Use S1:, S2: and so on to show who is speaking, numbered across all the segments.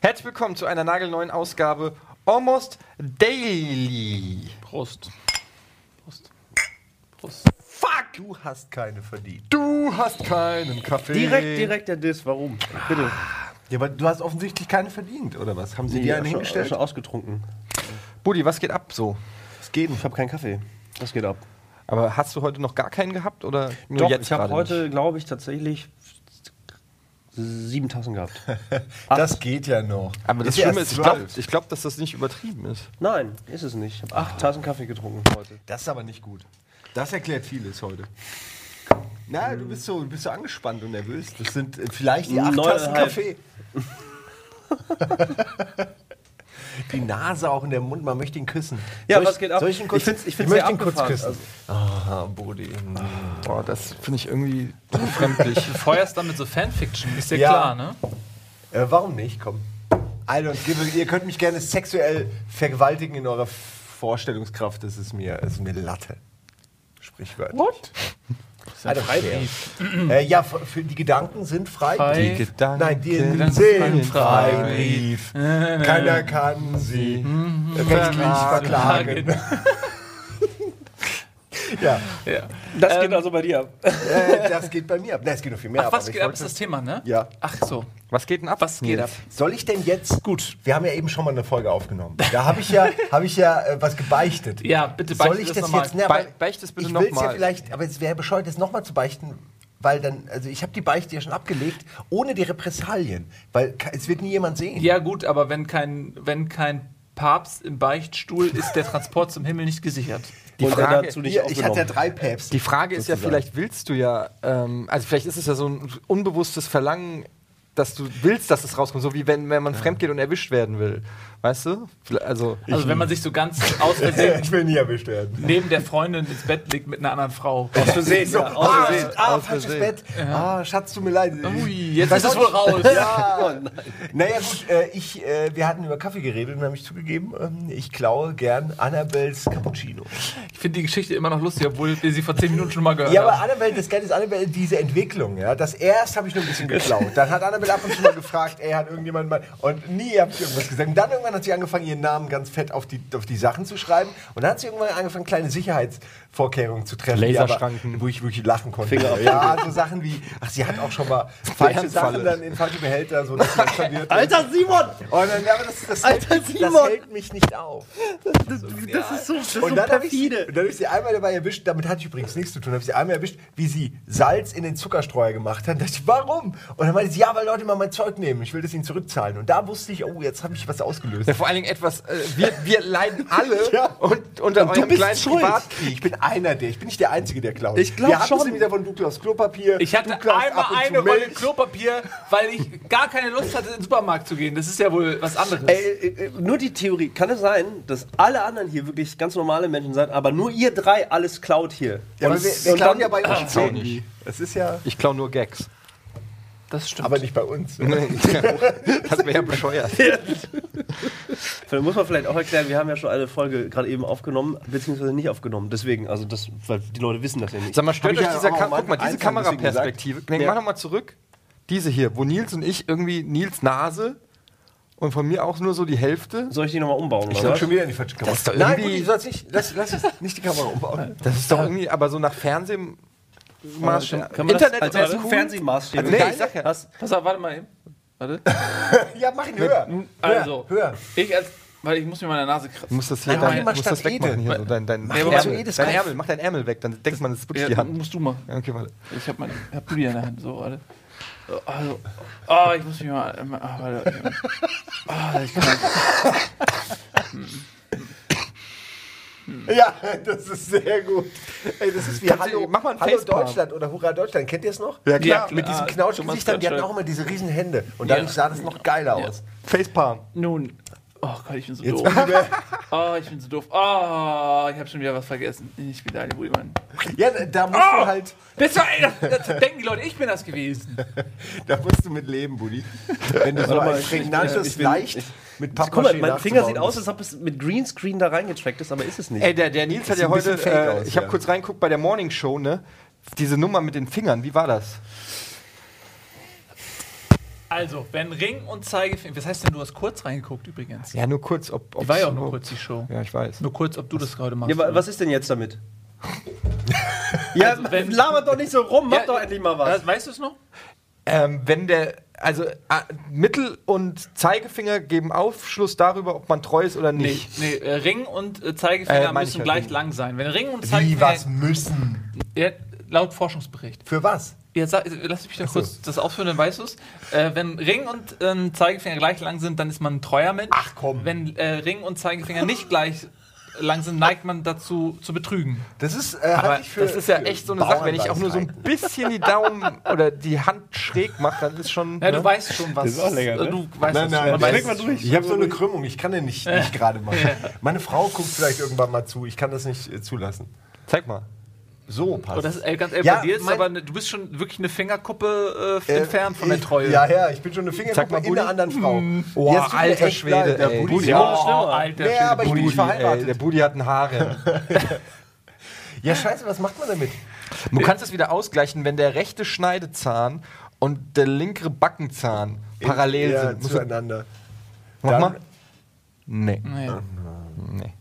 S1: Herzlich willkommen zu einer nagelneuen Ausgabe Almost Daily.
S2: Prost. Prost. Prost.
S1: Fuck!
S3: Du hast keine verdient.
S1: Du hast keinen Kaffee.
S2: Direkt, direkt der Diss. Warum? Bitte.
S3: Ja, aber du hast offensichtlich keine verdient, oder was? Haben sie
S2: Nee,
S3: dir einen
S2: schon,
S3: hingestellt?
S2: schon ausgetrunken.
S1: Buddy, was geht ab so?
S3: Es geht
S2: Ich habe keinen Kaffee. Das geht ab.
S1: Aber hast du heute noch gar keinen gehabt oder nur
S2: Doch,
S1: jetzt
S2: ich habe
S1: gerade
S2: heute, glaube ich, tatsächlich sieben Tassen gehabt.
S3: Das geht ja noch.
S1: Aber das
S3: Ist
S1: Schlimme
S3: erst
S1: ist, ich glaube,
S3: zwölf.
S1: ich glaub, dass das nicht übertrieben ist.
S2: Nein, ist es nicht. Ich habe acht Tassen Kaffee getrunken heute.
S3: Das ist aber nicht gut. Das erklärt vieles heute. Na, du bist so, du bist so angespannt und nervös. Das sind äh, vielleicht die acht
S2: Neuneinhalb.
S3: Tassen Kaffee. die Nase auch in der Mund, man möchte ihn küssen.
S2: Ja,
S3: Soll ich-
S2: was geht ab?
S3: Soll ich ihn kurz,
S2: Ich find's- ich find's
S3: möchte
S2: sehr
S3: ihn kurz
S2: abgefahren. Also-
S3: küssen. Ah, Bodi.
S1: Boah, das finde ich irgendwie befremdlich.
S4: Du feuerst damit so Fanfiction, ist dir
S3: Ja.
S4: klar, ne?
S3: Äh, warum nicht? Komm. I don't give a, ihr könnt mich gerne sexuell vergewaltigen in eurer Vorstellungskraft. Das ist mir, das ist mir Latte. Sprichwörtlich. What? Das ist ein äh, Ja, f- für die Gedanken sind frei.
S4: Frei. Die
S1: Gedanken
S3: Nein, die
S1: sind
S3: sind
S4: frei.
S3: Freibrief. Keiner kann sie rechtlich verklagen. ja,
S2: Das geht also bei dir ab.
S3: äh, das geht bei mir ab. Nein, es geht noch viel mehr
S4: Ach,
S3: ab.
S4: was
S3: aber ich
S4: geht ab, ist
S3: wollte-
S4: das Thema, ne?
S3: Ja.
S4: Ach so.
S1: Was geht denn ab?
S4: Was geht ab?
S3: Soll ich denn jetzt? Gut, wir haben ja eben schon mal eine Folge aufgenommen. Da habe ich ja, habe ich ja äh, was gebeichtet.
S4: Ja, bitte
S3: Soll
S4: beichte
S3: ich
S4: das
S3: das
S4: nochmal.
S3: jetzt? Ne,
S1: Bei-
S3: aber
S1: beichte es bitte
S3: Ich will's ja
S1: nochmal.
S3: vielleicht, aber es wäre bescheuert, das nochmal zu beichten, weil dann, also ich habe die Beichte ja schon abgelegt, ohne die Repressalien, weil ke- es wird nie jemand sehen.
S4: Ja, gut, aber wenn kein, wenn kein Papst im Beichtstuhl ist, der Transport zum Himmel nicht gesichert.
S1: Die
S2: und dann
S1: Frage-
S2: dazu nicht
S3: Hier, ich hatte ja
S2: aufgenommen.
S3: drei Päpste.
S1: Die Frage ist ja, vielleicht willst du ja, ähm, also vielleicht ist es ja so ein unbewusstes Verlangen, dass du willst, dass es rauskommt, so wie wenn, wenn man fremdgeht und erwischt werden will. Weißt du? Vielleicht- Also,
S4: Also, wenn man sich so ganz aus Versehen
S3: ich will nie erwischt werden.
S4: neben der Freundin ins Bett legt mit einer anderen Frau.
S2: Aus Versehen,
S3: So,
S2: ja. oh. Aus
S3: ah,
S2: Versehen.
S3: ah,
S1: aus
S3: falsches
S1: Versehen.
S3: Bett. Ah, Schatz, tut mir leid.
S4: Ui,
S3: Ich
S4: jetzt
S3: weiß
S4: ist es
S3: auch
S4: wohl
S3: nicht.
S4: raus.
S3: Ja. naja, gut, äh, ich, äh, wir hatten über Kaffee geredet und haben mich zugegeben, ähm, ich klaue gern Annabels Cappuccino.
S4: Ich finde die Geschichte immer noch lustig, obwohl wir sie vor zehn Minuten schon mal gehört
S3: Ja, aber
S4: haben.
S3: Annabelle, das Geile ist Annabelle, diese Entwicklung, ja. Das erst habe ich nur ein bisschen geklaut. Dann hat Annabelle ab und zu mal gefragt, ey, hat irgendjemand mal. Und nie habe ich irgendwas gesagt. Und dann irgendwann hat sie angefangen, ihren Namen ganz fett auf die, auf die Sachen zu schreiben. Und dann hat sie irgendwann angefangen, kleine Sicherheitsvorkehrungen zu treffen. die aber-
S1: Laserschranken.
S3: Wo ich wirklich lachen konnte.
S2: Finger auf
S3: ja, so Sachen wie, ach, sie hat auch schon mal falsche Sachen dann in falsche Behälter, so dass man verwirrt ist.
S2: Alter Simon!
S3: Und dann, ja, Oh, aber das, das,
S2: Alter,
S3: hält, das
S2: Simon!
S3: hält mich nicht auf.
S2: Das ist so, das ist so
S3: Und dann habe ich, sie-
S2: perfide.
S3: und dann hab ich sie einmal dabei erwischt, damit hatte ich übrigens nichts zu tun, habe ich sie einmal erwischt, wie sie Salz in den Zuckerstreuer gemacht hat. Und dachte ich, warum? Und dann meinte sie, ja, weil Leute mal mein Zeug nehmen, ich will das ihnen zurückzahlen. Und da wusste ich, oh, jetzt habe ich was ausgelöst.
S1: ja, vor allen Dingen etwas, äh, wir, wir leiden alle
S3: Ja.
S1: und, unter
S3: Und
S1: eurem kleinen Privat.
S3: Ich bin einer der, ich bin nicht der Einzige, der klaut.
S2: Ich glaub
S3: Wir hatten
S2: schon.
S3: es nämlich davon, du klaust Klopapier.
S4: Ich hatte
S3: du klaust ab
S4: einmal
S3: und zu
S4: eine Rolle
S3: Milch.
S4: Klopapier, weil ich gar keine Lust hatte, in den Supermarkt zu gehen. Das ist ja wohl was anderes.
S2: Ey, äh, äh, nur die Theorie. Kann es sein, dass alle anderen hier wirklich ganz normale Menschen sind, aber nur ihr drei alles klaut hier?
S3: Ja, aber
S2: Und-
S3: wir, wir
S2: und
S3: klauen
S2: dann-
S3: ja bei uns
S1: klau
S3: nicht. Das ist ja,
S1: Ich klau nur Gags.
S4: das stimmt.
S3: aber nicht bei uns.
S1: Das wäre ja bescheuert.
S2: Vielleicht muss man vielleicht auch erklären, wir haben ja schon eine Folge gerade eben aufgenommen, beziehungsweise nicht aufgenommen. Deswegen, also das, weil die Leute wissen das ja nicht.
S1: Sag mal,
S3: Hab
S1: stört
S3: ich
S1: euch
S3: ja
S1: dieser
S3: auch
S1: Kam
S3: am
S1: guck mal, diese
S3: Anfang ein bisschen
S1: Kameraperspektive. Nee,
S2: Ja.
S1: Mach nochmal zurück. Diese hier, wo Nils und ich irgendwie Nils Nase und von mir auch nur so die Hälfte.
S2: Soll ich die nochmal umbauen?
S3: Ich
S2: oder
S3: hab
S2: was?
S3: schon wieder in die falsche Kamera.
S1: ist doch
S3: Nein,
S1: irgendwie-
S3: gut, ich soll's nicht, lass, lass es nicht die Kamera umbauen.
S1: Das ist doch irgendwie, aber so nach Fernsehmaßstäben.
S2: Können wir das als, als
S1: ist cool.
S2: Fernsehmaßstäbe?
S1: Also nee, ich sag ja.
S2: Hast-
S4: Pass auf, warte mal eben. Warte.
S3: Ja, mach ihn höher.
S4: Also,
S3: Höher. höher.
S4: ich als. Weil ich muss mir meine Nase kratzen.
S1: Du musst das hier,
S3: Mach
S1: dein,
S3: ihn mal
S1: musst das
S3: statt
S1: wegmachen hier,
S4: Edel.
S1: so dein, dein,
S4: ihn
S1: dein,
S4: mal zu
S1: Ärmel,
S3: Edels
S1: dein
S3: Kopf.
S1: Ärmel, mach dein Ärmel weg, dann denkt man, das ist wirklich
S4: ja,
S1: die Hand.
S4: musst du mal.
S1: Okay, warte.
S4: Ich hab, mein, hab du die in der Hand. So, warte. So, Also, oh, ich muss mich mal. mal- Ah, warte. Ah, ich kann,
S3: Ja, das ist sehr gut. Ey, das ist wie
S1: Kannst du-
S3: Hallo,
S1: mach mal ein
S3: Hallo
S1: Facepalm.
S3: Deutschland oder Hurra Deutschland. Kennt ihr es noch?
S1: Ja,
S4: klar.
S3: Mit diesen
S4: Ah,
S3: Knautschgesichtern, die hatten auch immer diese riesen Hände. Und dadurch
S4: Ja.
S3: sah das noch geiler
S4: Ja.
S3: aus.
S1: Facepalm.
S4: nun. Oh Gott, ich bin so doof. Oh, ich bin so doof. Oh, ich hab schon wieder was vergessen. Ich bin der Ali Budiman.
S3: Ja, da- da musst
S4: Oh!
S3: du halt,
S4: Das, war, ey, das, das denken die Leute, ich bin das gewesen.
S3: da musst du mit leben, Buddy. Wenn du so
S2: Warte mal,
S3: ein
S2: ich- ich-
S3: prägnantes,
S2: ich bin-
S3: leicht
S2: ich-
S3: Mit
S2: Guck mal,
S3: Pappmaché
S2: mein Finger sieht
S3: nachzubauen.
S2: aus, als ob es mit Greenscreen da reingetrackt ist, aber ist es nicht.
S1: Ey, der, der Nils hat
S3: Sieht
S1: ja
S3: ein
S1: heute,
S3: bisschen fake
S1: äh,
S3: aus,
S1: ich habe
S3: ja.
S1: kurz reinguckt bei der Morning Show, ne? Diese Nummer mit den Fingern, wie war das?
S4: Also, wenn Ring und Zeigefinger. Was heißt denn, du hast kurz reingeguckt übrigens?
S1: Ja, nur kurz, ob.
S4: Die
S1: ob's
S4: war ja auch nur kurz die Show.
S1: Ja, ich weiß.
S4: Nur kurz, ob du das gerade machst.
S2: ja, wa-
S4: oder?
S2: was ist denn jetzt damit? ja,
S4: wenn-
S2: labert doch nicht so rum, mach
S4: Ja,
S2: doch endlich mal was.
S4: Das- Äh, Weißt du es noch?
S1: Ähm, wenn der, also äh, Mittel- und Zeigefinger geben Aufschluss darüber, ob man treu ist oder
S4: Nee,
S1: nicht.
S4: nee, äh, Ring und äh,
S1: Äh,
S4: Zeigefinger
S1: meine ich
S4: müssen
S1: ja,
S4: gleich
S1: Ring.
S4: lang sein. Wenn Ring und
S3: Wie
S4: Zeigefinger.
S3: was müssen?
S4: Ja, laut Forschungsbericht.
S3: Für was?
S4: Jetzt sag, lass mich doch kurz das ausführen, dann weißt du es. Äh, wenn Ring und ähm, Zeigefinger gleich lang sind, dann ist man ein treuer Mensch.
S3: Ach, komm.
S4: Wenn äh, Ring und Zeigefinger nicht gleich lang sind, neigt man dazu zu betrügen.
S3: Das ist, äh, halte
S1: Aber
S3: ich für-
S1: das ist ja
S3: für
S1: echt so eine Sache, wenn ich auch nur so ein
S3: Bauernweisheit.
S1: bisschen die Daumen oder die Hand schräg mache, dann ist schon.
S4: Ja,
S1: ne?
S4: du weißt schon was. äh,
S2: ist auch länger, ne?
S4: Du weißt
S3: Nein, nein,
S4: es schon.
S3: das-
S4: Man weiß
S2: Leg mal durch.
S3: Ich habe so eine Krümmung, ich kann den nicht, nicht gerade machen. Meine Frau guckt vielleicht irgendwann mal zu, ich kann das nicht äh, zulassen.
S1: Zeig mal.
S3: So
S4: Oh,
S3: passt.
S4: das ist, ey, ganz ehrlich,
S3: Ja,
S4: bei dir ist
S3: mein-
S4: aber ne, du bist schon wirklich eine Fingerkuppe äh,
S3: Äh,
S4: entfernt von der
S3: ich-
S4: Treue.
S3: Ja, ja, ich bin schon eine Fingerkuppe
S1: Sag mal,
S3: in einer
S1: Bulli.
S3: anderen Frau.
S1: Oh,
S3: Jetzt tut mir
S1: alter
S3: echt
S1: Schwede,
S3: leid, der
S1: ey.
S3: Bulli.
S1: Bulli. Ja,
S4: Oh,
S2: schlimmer.
S4: alter,
S3: Nee,
S4: Schwede.
S3: aber ich bin nicht verheiratet.
S1: Ey, der Budi hat ein Haare.
S3: Ja, scheiße, was macht man damit?
S1: Du kannst es wieder ausgleichen, wenn der rechte Schneidezahn und der linkere Backenzahn parallel
S3: ja,
S1: sind. Musst du-
S3: zueinander.
S1: mach
S3: dann-
S1: mal. Nee.
S4: Nee.
S1: nee.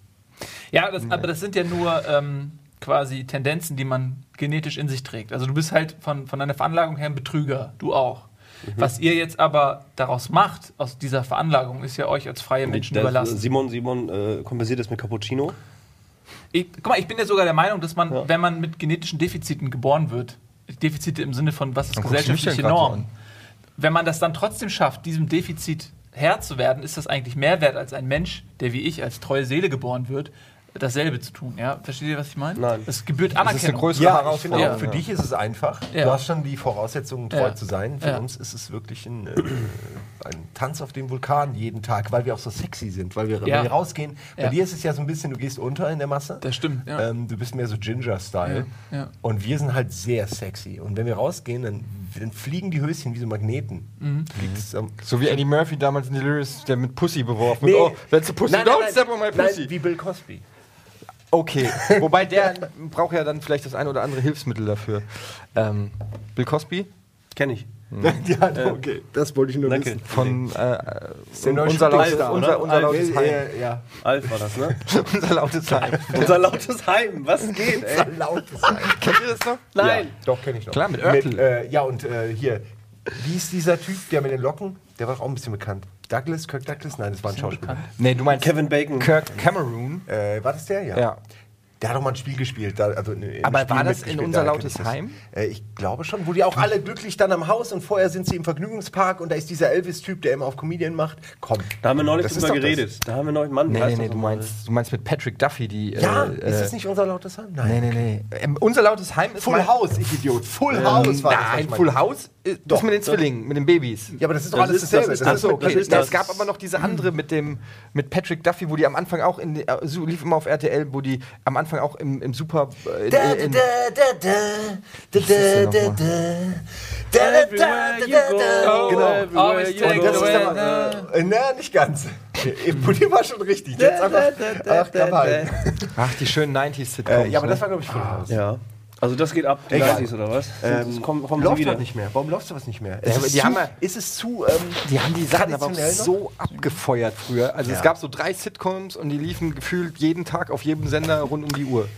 S4: Ja, das, aber das sind ja nur ähm, quasi Tendenzen, die man genetisch in sich trägt. Also du bist halt von, von deiner Veranlagung her ein Betrüger, du auch. Was ihr jetzt aber daraus macht, aus dieser Veranlagung, ist ja euch als freie Menschen
S2: Das-
S4: überlassen.
S2: Simon, Simon äh, kompensiert das mit Cappuccino.
S4: Ich, guck mal, ich bin ja sogar der Meinung, dass man,
S2: Ja.
S4: wenn man mit genetischen Defiziten geboren wird, Defizite im Sinne von, was ist
S1: guckst du mich
S4: gesellschaftliche
S1: denn grad so
S4: Norm,
S1: an?
S4: wenn man das dann trotzdem schafft, diesem Defizit Herr zu werden, ist das eigentlich mehr wert als ein Mensch, der wie ich als treue Seele geboren wird, dasselbe zu tun. Ja? Versteht ihr, was ich meine?
S2: Nein.
S4: Das gebührt
S1: Das ist eine
S4: Anerkennung.
S1: größere
S3: Ja, ich finde
S1: Herausforderung.
S3: auch, für dich ist es einfach.
S4: Ja.
S3: Du hast schon die Voraussetzungen, treu
S4: Ja.
S3: zu sein. Für
S4: Ja.
S3: uns ist es wirklich ein, äh, ein Tanz auf dem Vulkan jeden Tag, weil wir auch so sexy sind, weil wir,
S4: Ja.
S3: wenn wir rausgehen. Bei
S4: Ja.
S3: dir ist es ja so ein bisschen, du gehst unter in der Masse.
S4: Das stimmt, ja.
S3: Ähm, du bist mehr so Ginger-Style.
S4: Ja, ja.
S3: Und wir sind halt sehr sexy. Und wenn wir rausgehen, dann, dann fliegen die Höschen wie so Magneten.
S4: Mhm.
S3: Fliegt es am-
S1: So wie Eddie Murphy damals in Delirious, der mit Pussy beworfen
S3: Nee.
S1: wird. Oh, that's a pussy,
S3: Nein, nein,
S1: don't
S3: nein.
S1: step on my pussy.
S3: Nein, wie Bill Cosby.
S1: Okay, wobei der braucht ja dann vielleicht das ein oder andere Hilfsmittel dafür. Ähm, Bill Cosby
S2: Kenn ich.
S3: ja, okay. Das wollte ich nur
S2: Danke.
S1: von äh,
S3: der neue
S1: unser,
S3: Schuh-
S1: lautes,
S2: Alter,
S1: unser,
S2: oder?
S1: unser lautes
S3: Äh,
S1: Heim.
S3: äh, ja.
S2: Alf war das, ne?
S1: unser lautes Heim.
S2: Unser lautes Heim. Was geht, ey?
S3: Lautes Heim.
S1: Kennt ihr das noch?
S2: Nein.
S3: Ja, doch, kenne ich noch.
S1: Klar, mit Örtel.
S3: äh, ja, und äh, hier, wie ist dieser Typ, der mit den Locken, der war auch ein bisschen bekannt. Douglas, Kirk Douglas? Nein, das war ein Schauspieler.
S1: Nee, du meinst
S2: Kevin Bacon.
S1: Kirk Cameroon.
S3: Äh, war das der? Ja.
S1: Ja.
S3: Der hat doch mal ein Spiel gespielt. Da, also in- im
S1: Aber
S3: Spiel
S1: war das
S3: mitgespielt,
S1: in unser
S3: da
S1: lautes
S3: kenn ich das.
S1: Heim?
S3: Äh, ich glaube schon, wo die auch alle glücklich dann am Haus und vorher sind sie im Vergnügungspark und da ist dieser Elvis-Typ, der immer auf Comedian macht. Komm.
S2: Da haben wir neulich
S3: Das ist
S2: drüber
S3: doch das.
S2: geredet. Da haben wir neulich, Mann,
S1: Nee,
S2: weißt
S1: nee, nee,
S2: doch
S1: du
S2: noch
S1: meinst, du meinst mit Patrick Duffy, die.
S3: Ja,
S1: äh,
S3: ist das nicht unser lautes Heim? Nein.
S1: Nee, nee, nee. Ähm, unser lautes Heim ist.
S3: Full
S1: mein-
S3: House, ich Idiot. Full
S1: Ähm,
S3: House war das, was ich
S1: Nein,
S3: meinte.
S1: Full House ist
S3: Doch,
S1: doch, mit den Zwillingen, mit den Babys.
S3: Ja, aber das ist doch
S2: Das
S3: alles
S2: ist- das
S3: dasselbe.
S2: ist-
S3: das
S2: das
S3: ist doch
S2: ist-
S3: okay.
S2: das ist-
S1: es gab aber noch diese andere mit dem mit Patrick Duffy, wo die am Anfang auch in äh, so lief immer auf RTL, wo die am Anfang auch im, im Super äh,
S3: Da,
S1: in, in,
S3: da, da, da, da, da, da, da, da, da, da, da.
S4: go,
S3: Genau.
S4: everywhere
S2: Always
S4: you
S2: take
S4: go.
S3: Und das ist
S2: away.
S3: aber, äh, na, nicht ganz. Imponier war schon richtig. Jetzt einfach, ach, kann halt.
S1: Ach, die schönen 90s Sitcoms.
S3: Äh, Ja, aber das
S1: ne?
S3: war, glaube ich, Full House.
S2: Ja. Also das geht ab, die
S3: Egal.
S2: 90s oder was?
S3: Ähm,
S2: Sonst kommen, kommen sie
S3: läuft
S2: wieder.
S3: halt nicht mehr. Warum läuft sowas nicht mehr? Äh,
S1: Ja,
S3: Ist
S1: aber
S3: es
S1: die
S3: zu-
S1: haben ja-
S3: Ist es zu... ähm,
S1: die haben die Sachen aber auch
S3: Traditionell noch?
S1: so abgefeuert früher. Also
S3: Ja.
S1: es gab so drei Sitcoms und die liefen gefühlt jeden Tag auf jedem Sender rund um die Uhr.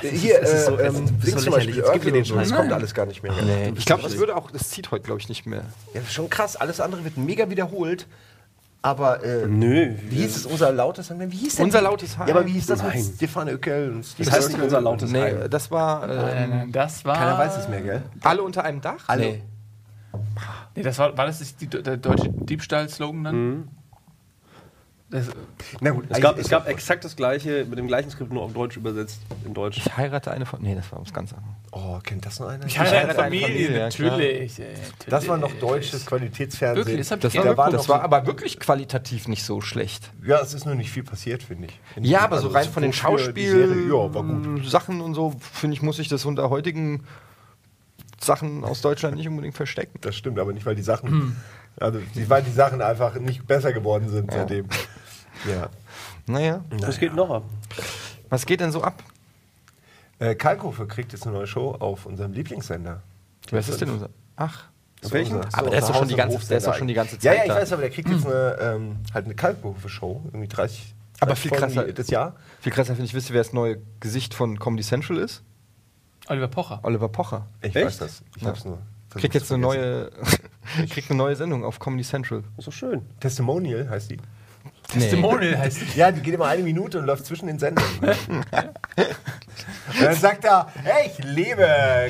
S3: Hier,
S2: es ist so-
S3: äh,
S2: es ist
S3: ähm,
S2: so
S3: Dings zum
S2: lächerlich.
S3: Beispiel,
S2: Jetzt gib mir
S3: Urkel
S2: den
S3: und so, das
S4: Scheiß.
S3: kommt alles gar nicht mehr.
S1: Ich glaube, das würde auch, das zieht heute, glaube ich, nicht mehr.
S3: Ja, schon krass. Alles andere wird mega wiederholt. Aber äh,
S2: Nö.
S3: wie hieß es unser lautes Heim? Wie hieß denn-
S1: Unser lautes Heim?
S3: Ja, aber wie hieß das
S2: Nein.
S3: mit Stefan Ökel und Steve
S2: Das heißt nicht
S3: Urkel?
S2: unser lautes
S1: nee,
S2: Heim.
S1: das war äh,
S4: Nein, nein, das war.
S3: Keiner weiß es mehr, gell?
S1: alle unter einem Dach.
S3: Alle.
S1: Nee.
S4: Nee, das war, war das nicht die, der deutsche Diebstahl-Slogan dann?
S1: Mhm.
S4: Das,
S3: Na gut, also
S2: Es gab, es gab exakt das gleiche, mit dem gleichen Skript, nur auf Deutsch übersetzt. In Deutsch.
S1: Ich heirate eine von. Nee, das war was ganz anderes.
S3: Oh, kennt das noch einer?
S4: ich heirate
S1: heirate eine
S4: Familie,
S1: Familie, ja, klar.
S4: natürlich. ey, natürlich.
S3: Das war noch deutsches Qualitätsfernsehen.
S4: Wirklich, das hab ich
S1: Das,
S4: Ja,
S1: war,
S3: da war
S1: wirklich, das
S3: noch-
S1: war aber wirklich qualitativ nicht so schlecht.
S3: ja, es ist nur nicht viel passiert, finde ich. In-
S1: Ja, aber so
S3: also
S1: rein von den
S3: wofür die Serie-
S1: Schauspiel
S3: Ja, war gut.
S1: Sachen und so, finde ich, muss sich das unter heutigen Sachen aus Deutschland nicht unbedingt verstecken. Hm.
S3: Das stimmt, aber nicht, weil die Sachen Also, die, weil die Sachen einfach nicht besser geworden sind seitdem. Ja.
S1: Naja,
S2: Was geht noch ab?
S1: was geht denn so ab?
S3: Äh, Kalkofe kriegt jetzt eine neue Show auf unserem Lieblingssender.
S1: Was ist denn unser? Ach,
S3: Auf
S2: welchen?
S1: Aber der ist doch schon die ganze- der ist doch schon die ganze
S3: Ja,
S1: Zeit
S3: ja, ich
S1: da. Hm.
S3: weiß, aber der kriegt jetzt eine, ähm, halt eine Kalkofe-Show. Irgendwie 30.
S1: Aber
S3: 30
S1: viel
S3: Folgen
S1: krasser.
S3: die- Das Jahr.
S1: viel krasser finde ich, wisst ihr, wer das neue Gesicht von Comedy Central ist?
S4: Oliver Pocher.
S1: Oliver Pocher.
S3: Ich
S2: Echt?
S3: weiß das. Ich hab's nur. versucht
S1: Kriegt jetzt
S3: zu
S1: eine
S3: vergessen.
S1: neue, kriegt eine neue Sendung auf Comedy Central.
S2: Ist doch schön.
S3: Testimonial heißt die.
S4: Testimonial heißt die.
S3: Ja, die geht immer eine Minute und läuft zwischen den Sendungen. und dann sagt er, hey, ich liebe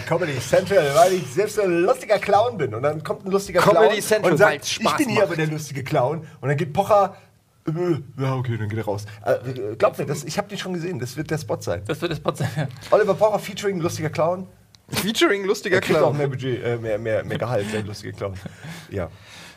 S3: Comedy Central, weil ich selbst ein lustiger Clown bin. Und dann kommt ein lustiger
S1: Comedy
S3: Clown
S1: Central,
S3: und sagt,
S1: weil's Spaß
S3: ich bin hier aber der lustige Clown. Und dann geht Pocher, äh, ja okay, dann geht er raus. Äh, glaubt mir, das, ich habe den schon gesehen, das wird der Spot sein.
S4: Das wird das Prozent.
S3: Oliver Pocher featuring lustiger Clown.
S1: Featuring lustiger
S3: Er kriegt auch
S1: Clown.
S3: mehr, Budget, äh, mehr, mehr, mehr Gehalt, der lustige Clown. Ja.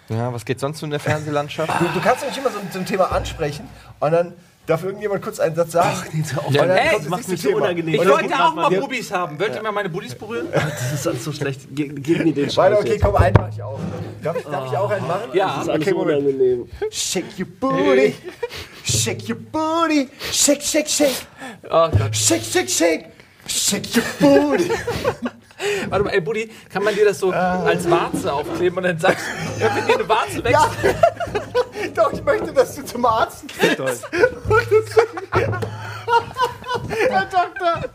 S1: Ja, was geht sonst so in der Fernsehlandschaft?
S3: Du, du kannst nämlich immer so ein, so ein Thema ansprechen und dann darf irgendjemand kurz einen Satz sagen. Ach, nee,
S2: auf.
S3: und dann
S4: Ey,
S3: kommt das
S2: macht
S3: nächste
S2: mich so
S3: Thema.
S2: unangenehm.
S4: Ich
S3: Und
S2: Oder
S3: dann
S4: wollte
S3: geht-
S4: auch mal
S2: Ja.
S4: Bubis haben. Wollt ihr mir meine Bubis berühren?
S2: Das ist alles so schlecht. Ge gib mir den
S3: Weiter,
S2: Scheiß
S3: okay,
S2: jetzt.
S3: komm, einen mache ich auch. Darf ich, darf ich auch einen machen?
S4: Ja.
S2: Das ist alles
S3: Okay, Moment.
S2: unangenehm.
S3: Shake your booty, shake your booty, shake, shake, shake,
S4: Oh Gott.
S3: shake, shake, shake, shake your booty.
S4: Warte mal, ey Buddy, kann man dir das so
S2: Ah.
S4: als Warze aufkleben und dann sagst du, wenn dir eine Warze wächst,
S3: Doch, ich möchte, dass du zum Arzt gehst. Herr Doktor,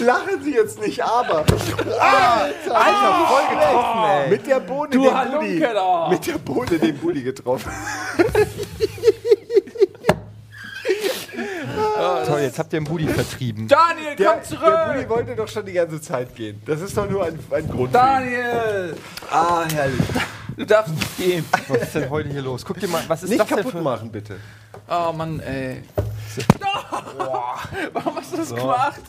S3: lachen Sie jetzt nicht, aber. Ah! Alter, Ah, Alter voll getroffen, ey. Oh, Mit der Bohne
S4: Du
S3: den
S4: Halunke
S3: Booty.
S4: da.
S3: Mit der Bohne den Booty getroffen.
S1: Toll, jetzt habt ihr einen Booty vertrieben.
S4: Daniel,
S3: Der,
S4: komm
S3: der Booty
S4: zurück!
S3: wollte doch schon die ganze Zeit gehen. Das ist doch nur ein, ein Grund.
S4: Daniel!
S3: Ah, herrlich.
S4: Du darfst nicht gehen.
S1: Was ist denn heute hier los? Guck dir mal, was ist
S3: Nicht
S1: das denn
S3: kaputt
S1: für...
S3: machen, bitte.
S4: Oh Mann, ey. Warum hast du das gemacht?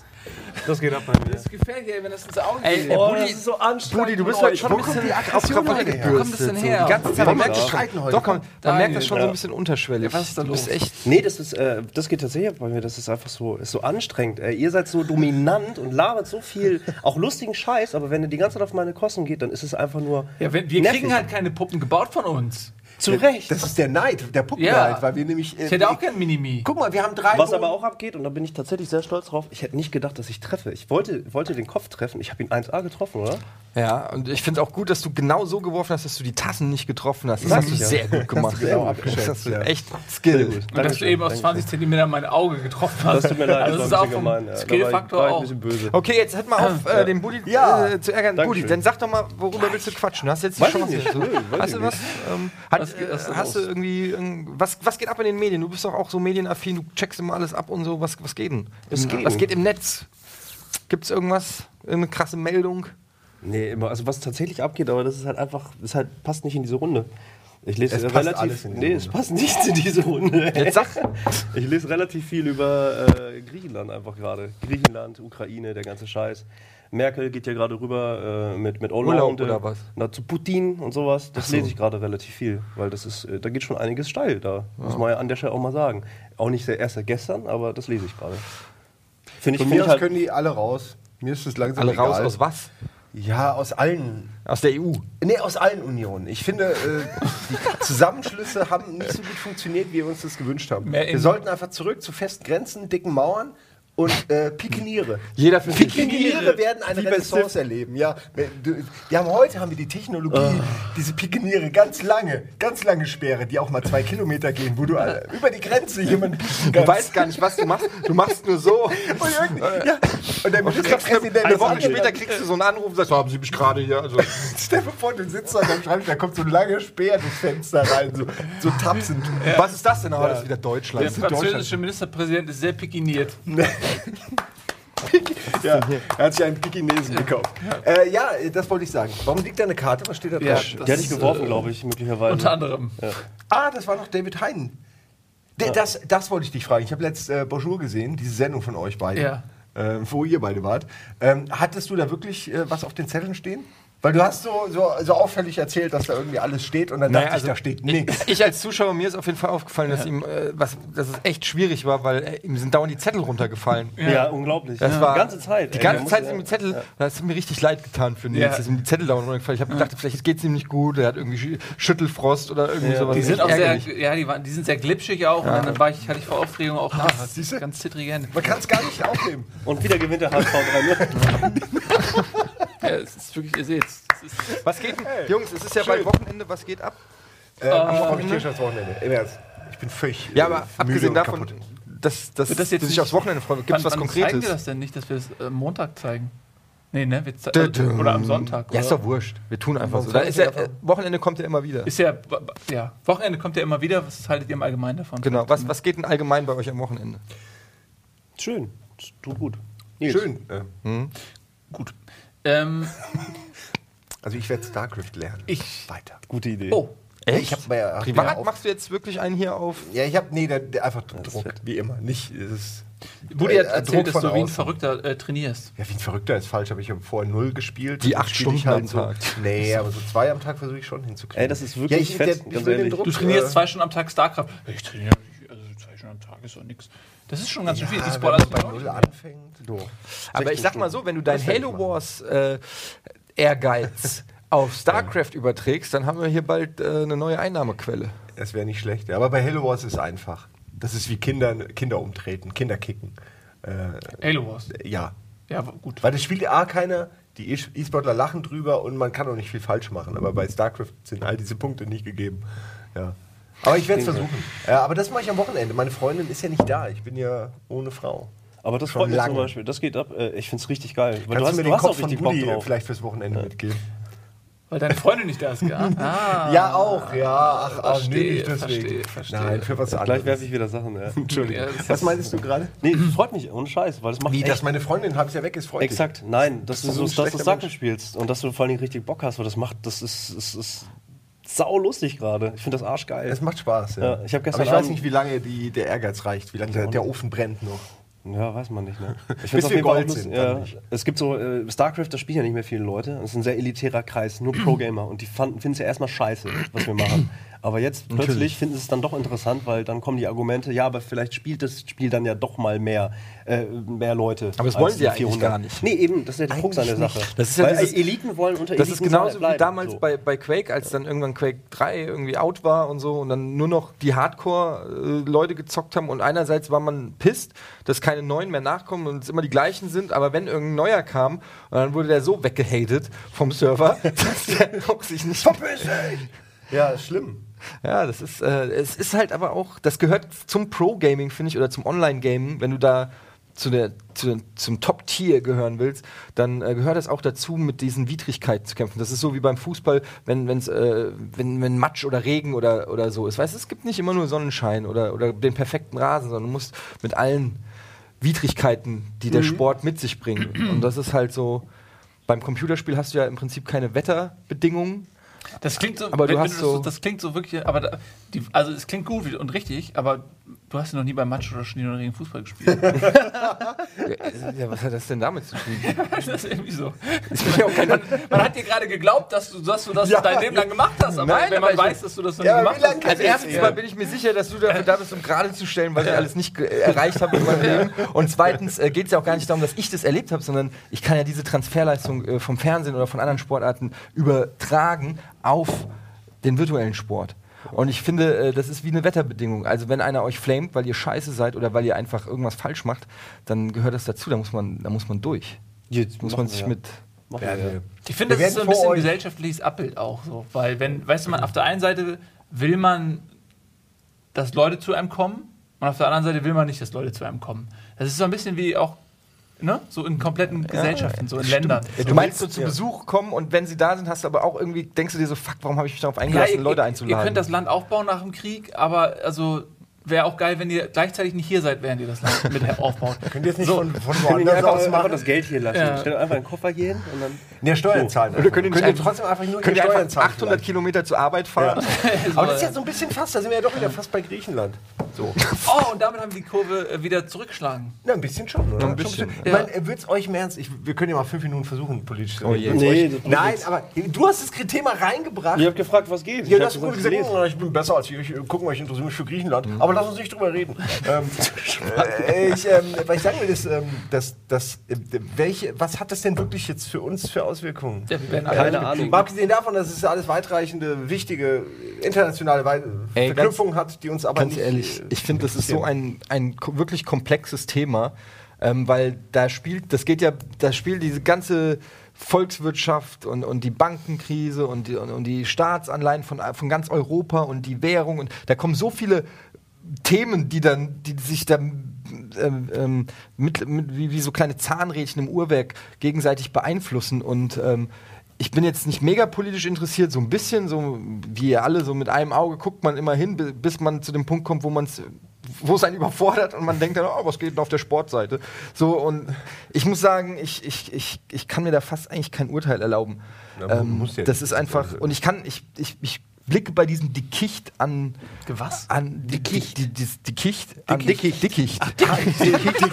S2: Das geht ab bei mir.
S4: Das gefällt dir, wenn das ins Auge geht.
S1: ey,
S4: Ey,
S2: Oh,
S1: Budi,
S2: das ist so anstrengend.
S1: Budi, du bist
S2: Oh,
S1: heute
S2: ich-
S1: schon ein bisschen auf Krawall gebürstet.
S4: Wo kommt das denn her?
S1: So, die ganze Zeit, man merkt, das schon,
S3: heute.
S1: doch, man, man merkt das schon so
S2: Ja.
S1: ein bisschen unterschwellig.
S4: was ist da los?
S1: Du bist echt...
S2: Nee, das ist, äh, das geht tatsächlich ab bei mir. Das ist einfach so, ist so anstrengend. Äh, ihr seid so dominant und labert so viel, auch lustigen Scheiß, aber wenn ihr die ganze Zeit auf meine Kosten geht, dann ist es einfach nur.
S4: ja, wenn, wir
S2: nervig.
S4: kriegen halt keine Puppen gebaut von uns.
S2: Zu Recht.
S3: Das ist der Neid, der Puppenneid,
S4: Ja.
S3: weil wir nämlich. äh,
S4: Ich hätte auch gern Minimi.
S3: Guck mal, wir haben drei.
S2: Was
S3: Bohnen.
S2: aber auch abgeht, und da bin ich tatsächlich sehr stolz drauf, ich hätte nicht gedacht, dass ich treffe. Ich wollte, wollte den Kopf treffen. Ich habe ihn 1A getroffen, oder?
S1: Ja, und ich finde es auch gut, dass du genau so geworfen hast, dass du die Tassen nicht getroffen hast. Das hast du
S2: ich ja.
S1: sehr gut gemacht.
S2: sehr gut
S1: Das
S2: abgeschätzt,
S1: hast du
S3: ja.
S1: echt Skill.
S2: gut.
S4: Und dass du
S2: Dankeschön,
S4: eben aus
S2: Dankeschön.
S4: 20 Zentimetern mein Auge getroffen hast.
S2: Das tut mir leid,
S4: Also
S2: das
S4: das ist
S2: war ein
S4: auch
S2: bisschen
S4: vom
S2: gemein. Ja,
S4: Skillfaktor
S2: da war
S4: auch.
S2: ich- da war ich ein bisschen böse.
S1: Okay, jetzt hört mal auf, äh, den Buddy
S3: Ja.
S1: äh, zu ärgern.
S2: Ah, Dankeschön.
S1: Buddy, dann sag doch mal, worüber willst du quatschen? Du hast jetzt
S2: Weiß
S1: schon was
S2: ich nicht.
S1: dazu.
S2: Nö, weiß
S1: Hast
S2: ich
S1: du was? Ähm, hat,
S4: Was geht- was
S1: äh,
S4: ist
S1: hast du
S4: los?
S1: irgendwie. irgend- Was, was geht ab in den Medien? Du bist doch auch so medienaffin, du checkst immer alles ab und so. Was, was geht denn?
S2: Was
S1: Im-
S2: geht?
S1: was geht im Netz? Gibt es irgendwas? Irgendeine krasse Meldung?
S2: Nee, immer. Also was tatsächlich abgeht, aber das ist halt einfach, das halt passt nicht in diese Runde. Ich lese
S3: Es passt
S2: relativ.
S3: alles in diese
S2: nee, es passt nicht in diese Runde.
S1: Jetzt sag.
S2: Ich lese relativ viel über äh, Griechenland einfach gerade. Griechenland, Ukraine, der ganze Scheiß. Merkel geht ja gerade rüber äh, mit, mit Hollande
S1: Urlaub oder was?
S2: Na, zu Putin und sowas. Das lese ich gerade relativ viel, weil das ist, äh, da geht schon einiges steil da. Muss man ja an der Stelle auch mal sagen. Auch nicht sehr, erst seit gestern, aber das lese ich gerade. Finde ich,
S3: Von
S2: find
S3: mir
S2: ich
S3: aus
S2: halt,
S3: können die alle raus. Mir ist es langsam
S1: Alle
S3: egal.
S1: raus aus was?
S3: Ja, aus allen.
S1: Aus der E EU.
S3: Nee, aus allen Unionen. Ich finde, äh, die Zusammenschlüsse haben nicht so gut funktioniert, wie wir uns das gewünscht haben.
S4: Mehr
S3: Wir
S4: in-
S3: sollten einfach zurück zu festen Grenzen, dicken Mauern und äh, Pikeniere.
S1: Jeder für sich.
S3: Pikeniere werden eine
S2: Wie bei Sif.
S3: Renaissance erleben. Ja, wir, du- wir haben heute haben wir die Technologie,
S1: Ah.
S3: diese Pikeniere ganz lange, ganz lange Sperre, die auch mal zwei Kilometer gehen, wo du alle, über die Grenze jemanden pieken
S1: Du
S3: kannst.
S1: weißt gar nicht, was du machst. Du machst nur so.
S3: Und, irgendwie- ja. und der Ministerpräsident
S1: Eine
S3: ist
S1: Woche
S3: angekommen.
S1: später kriegst du so einen Anruf und sagst, haben Sie mich gerade hier? Also,
S3: Stell dir vor, du sitzt da am Schreibtisch, da kommt so ein langer Speer durchs Fenster rein, so, so tapsend.
S1: Was ist das denn? Ah, Das ist wieder Deutschland.
S4: Der französische Ministerpräsident ist sehr pikiniert.
S2: Mhm.
S3: Ja, er hat sich einen Pekinesen gekauft. Äh, ja, das wollte ich sagen. Warum liegt da eine Karte? Was steht da
S4: Ja,
S3: drauf?
S4: das
S2: die hatte ich
S4: ist,
S2: geworfen,
S4: äh,
S2: glaube ich, möglicherweise.
S4: Unter anderem.
S3: Ah, das war noch David Hein. D das, das wollte ich dich fragen. Ich habe letzt äh, Bonjour gesehen, diese Sendung von euch beiden.
S4: Ja.
S3: Ähm, wo ihr beide wart. Ähm, hattest du da wirklich äh, was auf den Zetteln stehen? Weil du hast so, so, so auffällig erzählt, dass da irgendwie alles steht und dann
S1: Naja,
S3: dachte
S1: also-
S3: ich, da steht nichts.
S1: Ich als Zuschauer, mir ist auf jeden Fall aufgefallen, dass ihm äh, was, dass es echt schwierig war, weil äh, ihm sind dauernd die Zettel runtergefallen.
S2: Ja, unglaublich.
S1: Das
S2: ja.
S1: war
S2: die ganze Zeit.
S1: Die
S2: ey,
S1: ganze
S2: man
S1: Zeit
S2: muss-
S1: sind ihm die Zettel. Das hat mir richtig leid getan für Nils,
S4: Ja.
S1: dass ihm die Zettel dauernd runtergefallen. Ich habe gedacht, vielleicht geht es ihm nicht gut. Er hat irgendwie Schü- Schüttelfrost oder irgendwie
S2: Ja.
S1: sowas.
S4: Die sind auch
S1: Echt
S4: sehr,
S1: ärgerlich.
S4: ja, die, waren, die sind sehr glitschig auch. Und dann war ich, hatte ich vor Aufregung
S1: Ah,
S4: auch ganz,
S3: siehste?
S4: ganz zittrige Hände.
S3: Man kann es gar nicht aufnehmen.
S2: Und wieder gewinnt der HSV 3-0.
S4: Ja, es ist wirklich, ihr seht's. Es ist,
S1: Was geht denn? Jungs, es ist ja bald Wochenende. Was geht ab?
S3: Äh, ich freue mich tierisch aufs Wochenende. Im Ernst. Ich bin völlig
S1: Ja,
S3: äh,
S1: aber
S3: müde
S1: abgesehen
S3: und
S1: davon,
S3: kaputt.
S1: dass, dass,
S4: Wird das jetzt
S1: du dich
S4: nicht-
S1: aufs Wochenende freust. Gibt es was
S4: wann zeigen wir
S1: Konkretes?
S4: das denn nicht, dass wir es äh, Montag zeigen? Nee, ne? Wir ze-
S1: Dö, dö.
S4: oder am Sonntag.
S1: Ja,
S4: oder?
S1: ist doch wurscht. Wir tun einfach
S3: Warum
S1: so. Da
S3: soll
S1: ist
S3: ich
S1: ja,
S3: denn
S1: äh, Wochenende kommt ja immer wieder.
S4: Ist ja, b- b- ja, Wochenende kommt ja immer wieder. Was haltet ihr im Allgemeinen davon?
S1: Genau. Was, was geht denn allgemein bei euch am Wochenende?
S2: Schön. Tut gut. Nils.
S3: Schön. Äh,
S4: Gut. Ähm,
S3: Also ich werde StarCraft lernen.
S4: Ich-
S3: Weiter.
S2: Gute Idee.
S4: oh,
S1: Echt?
S3: Ich hab mehr-
S1: Privat
S3: mehr auf-
S1: machst du jetzt wirklich einen hier auf.
S3: Ja, ich habe nee, da, da einfach Druck,
S2: fett.
S3: wie immer. Nicht, es ist,
S4: Budi hat
S3: Äh,
S4: erzählt,
S3: Druck
S4: dass
S3: von
S4: du wie ein
S3: außen.
S4: Verrückter äh, trainierst.
S3: Ja, wie ein Verrückter ist falsch, aber ich habe vorher null gespielt.
S1: Die
S3: Und
S1: acht
S3: jetzt spiel ich
S1: Stunden am
S3: halt
S1: Tag.
S3: So, nee, aber so zwei am Tag versuche ich schon hinzukriegen.
S2: Ey, das ist wirklich
S3: ich,
S2: fett,
S3: der-
S2: ganz
S3: ich will den
S2: ehrlich.
S3: Druck,
S4: Du trainierst
S3: äh,
S4: zwei Stunden am Tag StarCraft. Ich trainiere nicht, also zwei Stunden am Tag ist doch nichts. Das ist schon ganz schön viel.
S3: ja,
S4: E-Sport
S3: äh, ah, wenn
S4: also
S3: man bei null anfänängt. Doch.
S1: Aber ich sag mal so, wenn du deinen
S3: Das werd ich
S1: Halo
S3: machen.
S1: Wars äh, Ehrgeiz auf StarCraft überträgst, dann haben wir hier bald äh, eine neue Einnahmequelle.
S3: Das wäre nicht schlecht. ja. Aber bei Halo Wars ist es einfach. Das ist wie Kinder, Kinder umtreten, Kinder kicken. Äh,
S4: Halo Wars.
S3: ja.
S4: Ja, w- gut.
S3: Weil das spielt A keiner, die E- E-Sportler lachen drüber und man kann auch nicht viel falsch machen. Aber bei StarCraft sind all diese Punkte nicht gegeben. Ja. Aber ich werde es versuchen. Ja, aber das mache ich am Wochenende. Meine Freundin ist ja nicht da. Ich bin ja ohne Frau.
S2: Aber das
S3: Schon
S2: freut mich
S3: lange.
S2: zum Beispiel. Das geht ab. Äh, Ich find's richtig geil. Weil
S3: Kannst du mir den Kopf von Budi
S2: drauf.
S3: vielleicht fürs Wochenende mitgeben?
S4: Weil deine Freundin nicht da ist, gell? Ah,
S3: Ja, auch. Ja, ach, ach
S4: Verstehe,
S3: nee, nicht deswegen.
S4: verstehe, verstehe.
S3: Nein, für was
S2: Gleich
S3: anderes.
S2: werfe ich wieder Sachen. Ja.
S4: Ja,
S3: Entschuldigung.
S4: das
S3: Was
S4: ist-
S3: meinst du gerade?
S2: Nee, freut mich. Ohne Scheiß. Weil das macht
S3: Wie,
S2: echt
S3: dass meine Freundin halb ja weg ist, freut mich.
S2: Exakt, nein, dass du
S3: ist
S2: so,
S3: so ein
S2: dass du
S3: schlechter
S2: Sachen
S3: Mensch.
S2: spielst und dass du vor allen Dingen richtig Bock hast, weil das macht, das ist, ist, ist sau lustig gerade. Ich finde das arschgeil.
S3: Es macht Spaß, ja.
S2: Ja, ich hab gestern
S3: Aber ich weiß
S2: Abend-
S3: nicht, wie lange die, der Ehrgeiz reicht, wie lange der, der Ofen brennt noch.
S2: ja, weiß man nicht, ne?
S3: Bis
S2: Ich find's auf
S3: wir
S2: jeden Fall
S3: Gold
S2: auch lustig.
S3: sind, dann
S2: ja.
S3: nicht.
S2: Es gibt so, äh, StarCraft, da spielen ja nicht mehr viele Leute. Das ist ein sehr elitärer Kreis, nur Pro-Gamer und die finden es ja erstmal scheiße, was wir machen. Aber jetzt plötzlich finden sie es dann doch interessant, weil dann kommen die Argumente, ja, aber vielleicht spielt das Spiel dann ja doch mal mehr, äh, mehr Leute.
S1: Aber das
S2: als
S1: wollen sie
S2: die
S1: ja eigentlich gar nicht.
S2: Nee, eben, das ist ja der Krux an der
S3: Eigentlich
S2: Sache.
S1: Das ist ja
S2: weil
S1: dieses-
S2: äh, Eliten wollen unter
S1: Das
S2: Eliten
S1: ist genauso wie
S2: bleiben,
S1: damals
S2: so.
S1: bei, bei Quake, als dann irgendwann Quake 3 irgendwie out war und so und dann nur noch die Hardcore-Leute gezockt haben und einerseits war man pisst, dass keine neuen mehr nachkommen und es immer die gleichen sind, aber wenn irgendein neuer kam, dann wurde der so weggehatet vom Server, dass der auch sich nicht
S3: Ja, schlimm.
S1: Ja, das ist, äh, es ist halt aber auch, das gehört zum Pro-Gaming, finde ich, oder zum Online-Gaming, wenn du da zu der, zu den, zum Top-Tier gehören willst, dann äh, gehört das auch dazu, mit diesen Widrigkeiten zu kämpfen. Das ist so wie beim Fußball, wenn, wenn's, äh, wenn, wenn Matsch oder Regen oder, oder so ist. Weißt du, es gibt nicht immer nur Sonnenschein oder, oder den perfekten Rasen, sondern du musst mit allen Widrigkeiten, die der Sport mit sich bringt. Und das ist halt so, beim Computerspiel hast du ja im Prinzip keine Wetterbedingungen,
S4: Das klingt so,
S1: Aber du hast
S4: das,
S1: so-
S4: das klingt so wirklich, aber da, die, also es klingt gut und richtig, aber du hast ja noch nie beim Matsch oder Schnee oder Regen Fußball gespielt.
S1: Ja, Ja, was hat das denn damit zu tun?
S4: das ist irgendwie so.
S1: Ich bin ja auch kein-
S4: Man, man hat dir gerade geglaubt, dass du, dass du das
S3: Ja.
S4: dein Leben lang gemacht hast, aber
S1: Nein,
S4: wenn man
S1: aber ich-
S4: weiß, dass du das noch
S3: Ja,
S4: nie
S3: aber wie
S4: gemacht
S3: lange
S4: hast.
S3: kann-
S1: Also erstens mal bin ich mir sicher, dass du dafür da bist, um gerade zu stellen, was ich alles nicht ge- äh, erreicht habe in meinem Leben. Und zweitens äh, geht es ja auch gar nicht darum, dass ich das erlebt habe, sondern ich kann ja diese Transferleistung äh, vom Fernsehen oder von anderen Sportarten übertragen auf den virtuellen Sport. Und ich finde, äh, das ist wie eine Wetterbedingung. Also wenn einer euch flamet, weil ihr scheiße seid oder weil ihr einfach irgendwas falsch macht, dann gehört das dazu, da muss man, da muss man durch.
S2: Jetzt
S1: Muss
S2: machen
S1: man
S2: wir,
S1: sich
S2: ja.
S1: mit
S2: Machen wir,
S3: Ja,
S2: ja.
S3: wir-
S4: Ich finde,
S3: wir
S4: das ist so ein
S3: werden vor
S4: bisschen
S3: euch-
S4: gesellschaftliches Abbild auch so. Weil wenn, weißt du, man auf der einen Seite will man, dass Leute zu einem kommen und auf der anderen Seite will man nicht, dass Leute zu einem kommen. Das ist so ein bisschen wie auch, ne, so in kompletten Gesellschaften, so in Ländern.
S1: Ja, du meinst so zu Besuch kommen und wenn sie da sind, hast du aber auch irgendwie, denkst du dir so, fuck, warum habe ich mich darauf
S4: Ja,
S1: eingelassen,
S4: ihr,
S1: Leute
S4: Ihr
S1: einzuladen?
S4: könnt das Land aufbauen nach dem Krieg, aber also wäre auch geil, wenn ihr gleichzeitig nicht hier seid, während ihr das Land mit aufbaut.
S3: Könnt ihr jetzt nicht von, von
S2: Können die
S3: woanders
S2: einfach,
S3: aus
S2: einfach
S3: machen?
S2: das Geld hier lassen.
S4: Ja.
S2: Stell einfach in den Koffer gehen und dann.
S3: Ne, Steuern zahlen.
S1: Oder könnt ihr, nicht
S3: könnt ihr
S1: einfach-
S3: trotzdem einfach nur
S1: könnt ihr
S3: Steuern
S1: einfach
S3: zahlen
S1: 800
S3: vielleicht?
S1: Kilometer zur Arbeit fahren?
S3: Aber das ist ja so ein bisschen fast, da sind wir ja doch wieder fast bei Griechenland.
S4: So. Oh, und damit haben wir die Kurve äh, wieder zurückgeschlagen.
S3: Ja, ein bisschen schon, oder?
S1: Ja, ein bisschen.
S3: Ich meine, wird's euch im Ernst? Ich, wir können ja mal fünf Minuten versuchen, politisch zu
S1: Oh je.
S3: reden. Wird's
S2: Nee,
S3: euch-
S2: das bringt
S3: Nein,
S2: nichts.
S3: aber du hast das Thema reingebracht.
S2: Ihr habt gefragt, was geht.
S3: Ja,
S2: hab "Hm,
S3: das ist gut gesagt.
S2: gelesen.
S3: oh, Ich bin besser als ihr. Ich äh, gucke mal, ich interessiere mich für Griechenland.
S1: Mhm.
S3: Aber lass uns nicht drüber reden. ähm, äh, ich, ähm, weil ich sagen will, ist, ähm, dass, dass, äh, welche, was hat das denn wirklich jetzt für uns für Auswirkungen? Äh,
S4: Ja, wir werden alle
S2: Keine
S4: nicht
S2: Ahnung.
S4: mitkriegen.
S3: Mal abgesehen davon, dass es alles weitreichende, wichtige, internationale Wei
S1: Ey,
S3: Verknüpfungen hat, die uns aber
S1: Ganz
S3: nicht...
S1: ehrlich,
S3: äh,
S1: ich finde, das ist so ein, ein ko- wirklich komplexes Thema, ähm, weil da spielt, das geht ja, da spielt diese ganze Volkswirtschaft und, und die Bankenkrise und die, und, und die Staatsanleihen von, von ganz Europa und die Währung und da kommen so viele Themen, die dann, die sich dann ähm, ähm, mit, mit, wie, wie so kleine Zahnrädchen im Uhrwerk gegenseitig beeinflussen und ähm, ich bin jetzt nicht mega politisch interessiert, so ein bisschen, so wie ihr alle, so mit einem Auge guckt man immer hin, bi- bis man zu dem Punkt kommt, wo man es wo es einen überfordert und man denkt dann, oh, was geht denn auf der Sportseite? So, und ich muss sagen, ich, ich, ich, ich kann mir da fast eigentlich kein Urteil erlauben.
S3: Ja, man
S1: ähm,
S3: muss ja
S1: das
S3: nicht. Also,
S1: ist einfach, und ich kann, ich, ich, ich blicke bei diesem Dickicht an.
S4: Was?
S1: An Dickicht. Die, die, die Dickicht. An
S2: Dickicht.
S1: Dickicht.
S2: Die Kick,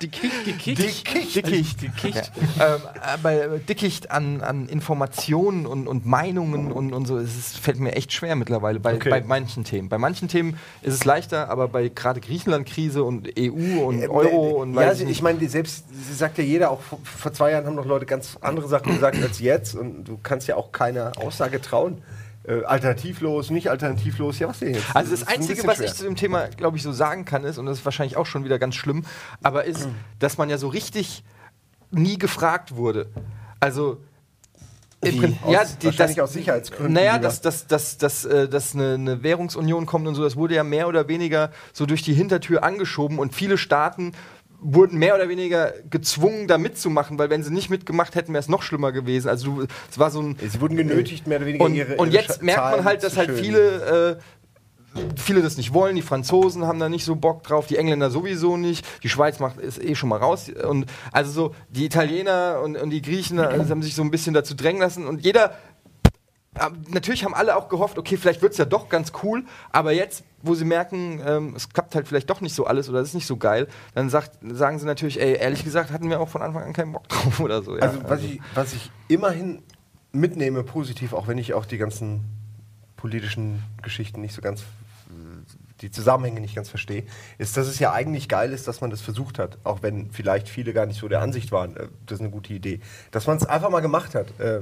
S2: die Kick.
S1: Dickicht. Dickicht.
S4: Dickicht.
S1: Ja. Ähm, aber Dickicht an, an Informationen und, und Meinungen und, und so, es ist, fällt mir echt schwer mittlerweile bei,
S3: Okay.
S1: bei manchen Themen. Bei manchen Themen ist es leichter, aber bei gerade Griechenland-Krise und EU und
S3: äh,
S1: Euro und
S3: ja,
S1: weiß
S3: ich,
S1: nicht.
S3: ich meine, selbst sagt ja jeder, auch vor, vor zwei Jahren haben noch Leute ganz andere Sachen gesagt als jetzt und du kannst ja auch keiner Aussage trauen. Äh, alternativlos, nicht alternativlos, ja, was denn jetzt?
S1: Also das,
S3: Ist ein
S1: Einzige,
S3: bisschen
S1: was
S3: schwer.
S1: ich zu dem Thema, glaube ich, so sagen kann, ist, und das ist wahrscheinlich auch schon wieder ganz schlimm, aber ist,
S3: Mhm.
S1: dass man ja so richtig nie gefragt wurde. Also im Prin-
S3: Aus,
S1: ja, die,
S3: wahrscheinlich
S1: das,
S3: aus Sicherheitsgründen.
S1: naja,
S3: lieber.
S1: dass, dass, dass, dass, äh, dass eine, eine Währungsunion kommt und so, das wurde ja mehr oder weniger so durch die Hintertür angeschoben und viele Staaten wurden mehr oder weniger gezwungen, da mitzumachen, weil wenn sie nicht mitgemacht hätten, wäre es noch schlimmer gewesen. Also du, es war so ein
S3: Sie wurden genötigt, mehr oder weniger
S1: und,
S3: ihre
S1: und
S3: ihre
S1: jetzt
S3: Scha-
S1: merkt man
S3: Zahlen
S1: halt, dass
S3: zu
S1: halt
S3: schönen.
S1: viele, äh, viele das nicht wollen. Die Franzosen haben da nicht so Bock drauf, die Engländer sowieso nicht. Die Schweiz macht ist eh schon mal raus. Und also so die Italiener und, und die Griechen äh, haben sich so ein bisschen dazu drängen lassen. Und jeder, äh, natürlich haben alle auch gehofft, okay, vielleicht wird es ja doch ganz cool. Aber jetzt, wo sie merken, ähm, es klappt halt vielleicht doch nicht so alles oder es ist nicht so geil, dann sagt, sagen sie natürlich, ey, ehrlich gesagt hatten wir auch von Anfang an keinen Bock drauf oder so. Ja,
S3: Also, was, Ich, was ich immerhin mitnehme, positiv, auch wenn ich auch die ganzen politischen Geschichten nicht so ganz, die Zusammenhänge nicht ganz verstehe, ist, dass es ja eigentlich geil ist, dass man das versucht hat, auch wenn vielleicht viele gar nicht so der Ansicht waren, äh, das ist eine gute Idee. Dass man es einfach mal gemacht hat. Äh,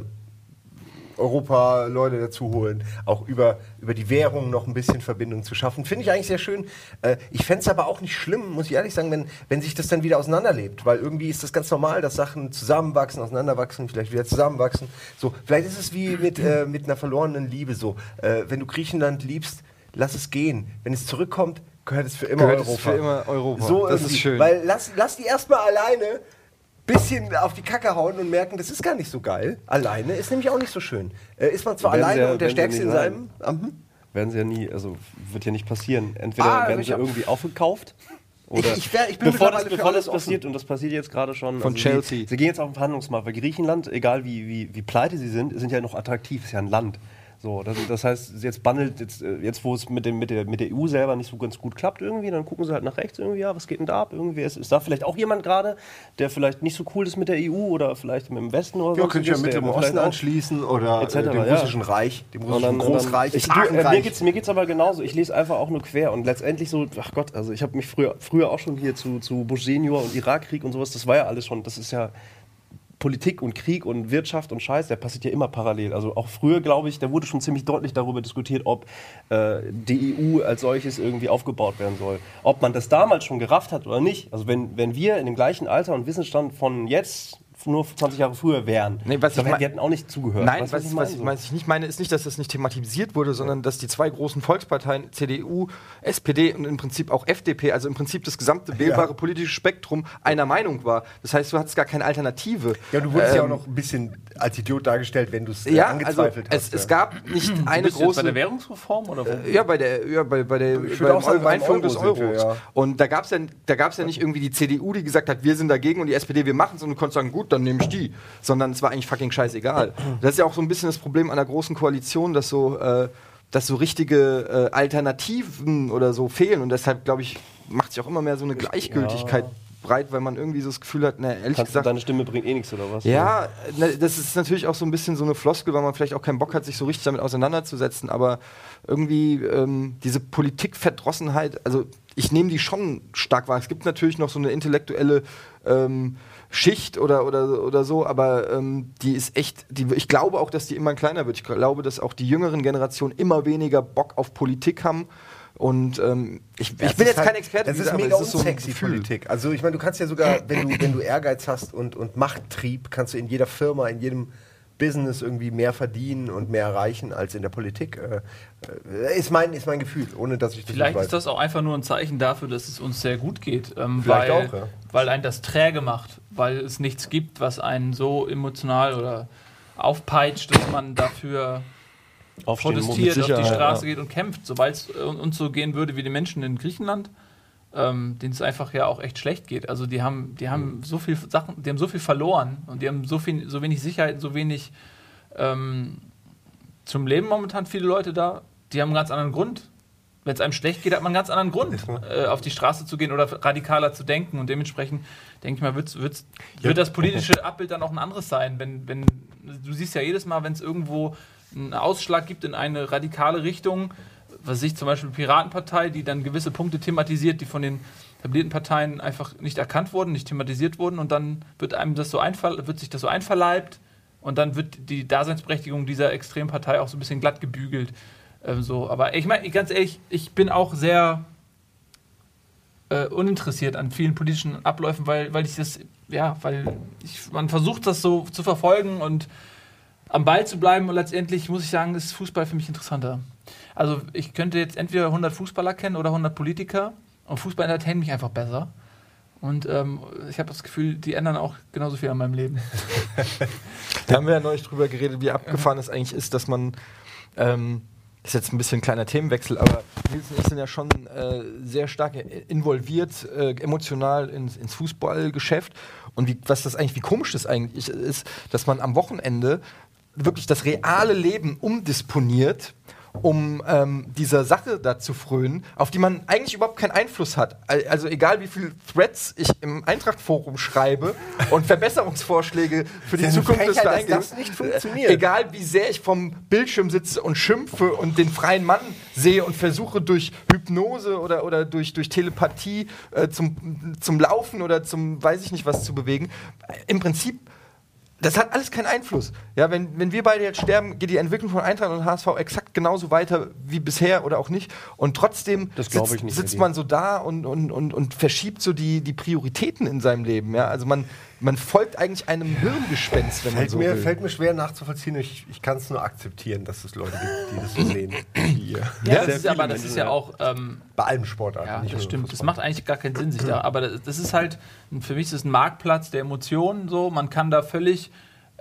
S3: Europa Leute dazu holen, auch über, über die Währung noch ein bisschen Verbindung zu schaffen. Finde ich eigentlich sehr schön. Äh, ich fände es aber auch nicht schlimm, muss ich ehrlich sagen, wenn, wenn sich das dann wieder auseinanderlebt, weil irgendwie ist das ganz normal, dass Sachen zusammenwachsen, auseinanderwachsen, vielleicht wieder zusammenwachsen. So, vielleicht ist es wie mit, äh, mit einer verlorenen Liebe so. Äh, wenn du Griechenland liebst, lass es gehen. Wenn es zurückkommt, gehört es für immer
S1: Gehört es
S3: Europa.
S1: für immer Europa.
S3: So
S1: Das ist
S3: irgendwie.
S1: schön.
S3: Weil lass, lass die erstmal alleine bisschen auf die Kacke hauen und merken, das ist gar nicht so geil. Alleine ist nämlich auch nicht so schön. Äh, ist man zwar
S2: Werden sie
S3: alleine
S2: ja-
S3: und der
S2: werden sie
S3: Stärkste in
S2: nicht Mhm.
S3: seinem Amt?
S2: Werden sie ja nie, also wird ja nicht passieren. Entweder
S3: Ah,
S2: werden
S3: ich
S2: sie
S3: hab-
S2: irgendwie aufgekauft. Oder
S3: Ich- ich wär- ich bin
S2: bevor das,
S3: mittlerweile für
S2: bevor das
S3: alles offen.
S2: passiert, und das passiert jetzt gerade schon. also
S1: Von
S2: sie-
S1: Chelsea.
S2: Sie gehen jetzt auf den Verhandlungsmarkt, weil Griechenland, egal wie, wie, wie pleite sie sind, sind ja noch attraktiv, ist ja ein Land. So, das, das heißt, jetzt bandelt, jetzt, äh, jetzt wo es mit, dem, mit, der, mit der EU selber nicht so ganz gut klappt irgendwie, dann gucken sie halt nach rechts irgendwie, ja, was geht denn da ab? Irgendwie ist, ist da vielleicht auch jemand gerade, der vielleicht nicht so cool ist mit der EU oder vielleicht mit dem Westen oder
S3: Ja,
S2: sonstiges,
S3: könnte ich ja
S2: der
S3: Mittleren
S2: vielleicht
S3: Osten
S2: auch-
S3: anschließen oder
S2: Etc.,
S3: äh, dem
S2: ja.
S3: russischen Reich, dem
S2: und
S3: russischen
S2: dann,
S3: Großreich,
S2: Dann, ich, du, äh, mir
S3: Drachenreich.
S2: geht's mir geht's aber genauso. Ich lese einfach auch nur quer und letztendlich so, ach Gott, also ich habe mich früher, früher auch schon hier zu, zu Bush Senior und Irakkrieg und sowas, das war ja alles schon, das ist ja Politik und Krieg und Wirtschaft und Scheiß, der passiert ja immer parallel. Also auch früher, glaube ich, da wurde schon ziemlich deutlich darüber diskutiert, ob äh, die EU als solches irgendwie aufgebaut werden soll. Ob man das damals schon gerafft hat oder nicht. Also wenn, wenn wir in dem gleichen Alter und Wissensstand von jetzt nur 20 Jahre früher wären,
S1: Nee, was
S2: dann
S1: ich mein-
S2: wir hätten auch nicht zugehört.
S1: Nein,
S2: Weißt du,
S1: was, ich,
S2: meine?
S1: was, ich,
S2: So.
S1: was ich nicht meine, ist nicht, dass das nicht thematisiert wurde, sondern dass die zwei großen Volksparteien, CDU, SPD und im Prinzip auch FDP, also im Prinzip das gesamte wählbare politische Spektrum, einer Meinung war. Das heißt, du hattest gar keine Alternative. ähm,
S3: Ja, du wurdest ja auch noch ein bisschen als Idiot dargestellt, wenn du es äh,
S1: Ja, also
S3: angezweifelt
S1: es,
S3: hast.
S1: es
S3: ja.
S1: gab nicht eine
S4: Bist du jetzt
S1: große. Äh,
S4: bei der Währungsreform oder wo?
S1: Ja, bei der, ja, bei, bei der
S3: Ich würd
S1: beim
S3: auch sagen,
S1: Eu-
S3: beim
S1: Einführung
S3: Euro
S1: des
S3: sind wir,
S1: Euros.
S3: ja.
S1: Und da gab es ja, da gab's ja nicht irgendwie die CDU, die gesagt hat, wir sind dagegen und die SPD, wir machen es und du konntest sagen, gut, dann nehme ich die. Sondern es war eigentlich fucking scheißegal. Das ist ja auch so ein bisschen das Problem einer großen Koalition, dass so äh, dass so richtige äh, Alternativen oder so fehlen. Und deshalb, glaube ich, macht sich auch immer mehr so eine Gleichgültigkeit breit, weil man irgendwie so das Gefühl hat, na, ehrlich
S2: Kannst
S1: gesagt.
S2: du deine Stimme bringt eh nichts oder was?
S1: Ja, ne, das ist natürlich auch so ein bisschen so eine Floskel, weil man vielleicht auch keinen Bock hat, sich so richtig damit auseinanderzusetzen. Aber irgendwie ähm, diese Politikverdrossenheit, also ich nehme die schon stark wahr. Es gibt natürlich noch so eine intellektuelle ähm, Schicht oder, oder, oder so, aber ähm, die ist echt, die, ich glaube auch, dass die immer kleiner wird. Ich glaube, dass auch die jüngeren Generationen immer weniger Bock auf Politik haben. Und ähm, ich,
S3: Ja,
S1: ich
S3: es
S1: bin
S3: ist
S1: jetzt
S3: halt-
S1: kein Experte,
S3: Das
S1: wie
S3: ist
S1: gesagt,
S3: mega
S1: aber es so ein
S3: unsexy
S1: Gefühl.
S3: Politik. Also ich meine, du kannst ja sogar, wenn du, wenn du Ehrgeiz hast und, und Machttrieb, kannst du in jeder Firma, in jedem Business irgendwie mehr verdienen und mehr erreichen als in der Politik. Äh, äh, ist, mein, ist mein Gefühl, ohne dass ich das
S4: Vielleicht
S3: nicht
S4: ist das auch einfach nur ein Zeichen dafür, dass es uns sehr gut geht. Ähm,
S3: Vielleicht
S4: weil,
S3: auch, ja.
S4: weil einen das träge macht, weil es nichts gibt, was einen so emotional oder aufpeitscht, dass man dafür
S2: Aufstehen muss.
S4: protestiert, auf die
S1: Sicherheit,
S4: Straße geht und kämpft. Sobald es äh, uns so gehen würde wie den Menschen in Griechenland, ähm, denen es einfach ja auch echt schlecht geht. Also die haben, die haben so viel Sachen, die haben so viel verloren und die haben so viel, so wenig Sicherheit, so wenig ähm, zum Leben momentan viele Leute da. Die haben einen ganz anderen Grund. Wenn es einem schlecht geht, hat man einen ganz anderen Grund, äh, auf die Straße zu gehen oder radikaler zu denken. Und dementsprechend, denke ich mal, wird's, wird's, wird das politische Abbild dann auch ein anderes sein. Wenn, wenn, du siehst ja jedes Mal, wenn es irgendwo einen Ausschlag gibt in eine radikale Richtung, was weiß ich zum Beispiel Piratenpartei, die dann gewisse Punkte thematisiert, die von den etablierten Parteien einfach nicht erkannt wurden, nicht thematisiert wurden. Und dann wird einem das so einverleibt, wird sich das so einverleibt. Und dann wird die Daseinsberechtigung dieser extremen Partei auch so ein bisschen glatt gebügelt. Ähm, so. Aber ich meine, ganz ehrlich, ich bin auch sehr äh, uninteressiert an vielen politischen Abläufen, weil, weil ich das, ja, weil ich, man versucht, das so zu verfolgen und am Ball zu bleiben. Und letztendlich muss ich sagen, ist Fußball für mich interessanter. Also ich könnte jetzt entweder 100 Fußballer kennen oder 100 Politiker. Und Fußball entertaint mich einfach besser. Und ähm, ich habe das Gefühl, die ändern auch genauso viel an meinem Leben.
S1: Da haben wir ja neulich drüber geredet, wie abgefahren es eigentlich ist, dass man. Ähm, ist jetzt ein bisschen ein kleiner Themenwechsel, aber Nils und ich sind ja schon äh, sehr stark involviert, äh, emotional ins, ins Fußballgeschäft. Und wie, was das eigentlich, wie komisch das eigentlich ist, dass man am Wochenende wirklich das reale Leben umdisponiert, um ähm, dieser Sache da zu frönen, auf die man eigentlich überhaupt keinen Einfluss hat. Al- Also egal wie viele Threads ich im Eintracht-Forum schreibe und Verbesserungsvorschläge für die
S3: Seine
S1: Zukunft des
S3: Frechheit, halt, dass
S1: Vereins,
S3: das nicht funktioniert.
S1: Äh, Egal wie sehr ich vom Bildschirm sitze und schimpfe und den freien Mann sehe und versuche durch Hypnose oder, oder durch, durch Telepathie äh, zum, zum Laufen oder zum weiß ich nicht was zu bewegen, äh, im Prinzip das hat alles keinen Einfluss. Ja, wenn, wenn wir beide jetzt sterben, geht die Entwicklung von Eintracht und HSV exakt genauso weiter wie bisher oder auch nicht. Und trotzdem
S2: Das glaub
S1: sitzt,
S2: ich nicht,
S1: sitzt
S2: Eddie.
S1: man so da und, und, und, und verschiebt so die, die Prioritäten in seinem Leben. Ja, also man, man folgt eigentlich einem Hirngespenst, wenn man
S3: Fällt,
S2: Also
S1: so
S3: mir,
S1: will.
S3: fällt mir schwer nachzuvollziehen. Ich, ich kann es nur akzeptieren, dass es Leute gibt, die das so sehen.
S4: Ja,
S1: sehr
S4: das ist, aber das ist ja auch, ähm,
S3: Bei allen Sportarten.
S4: ja,
S3: nicht
S4: das
S3: nur im
S4: stimmt. Das
S3: Fußball.
S4: macht eigentlich gar keinen Sinn, sich da. Aber das, das ist halt, für mich ist es ein Marktplatz der Emotionen so. Man kann da völlig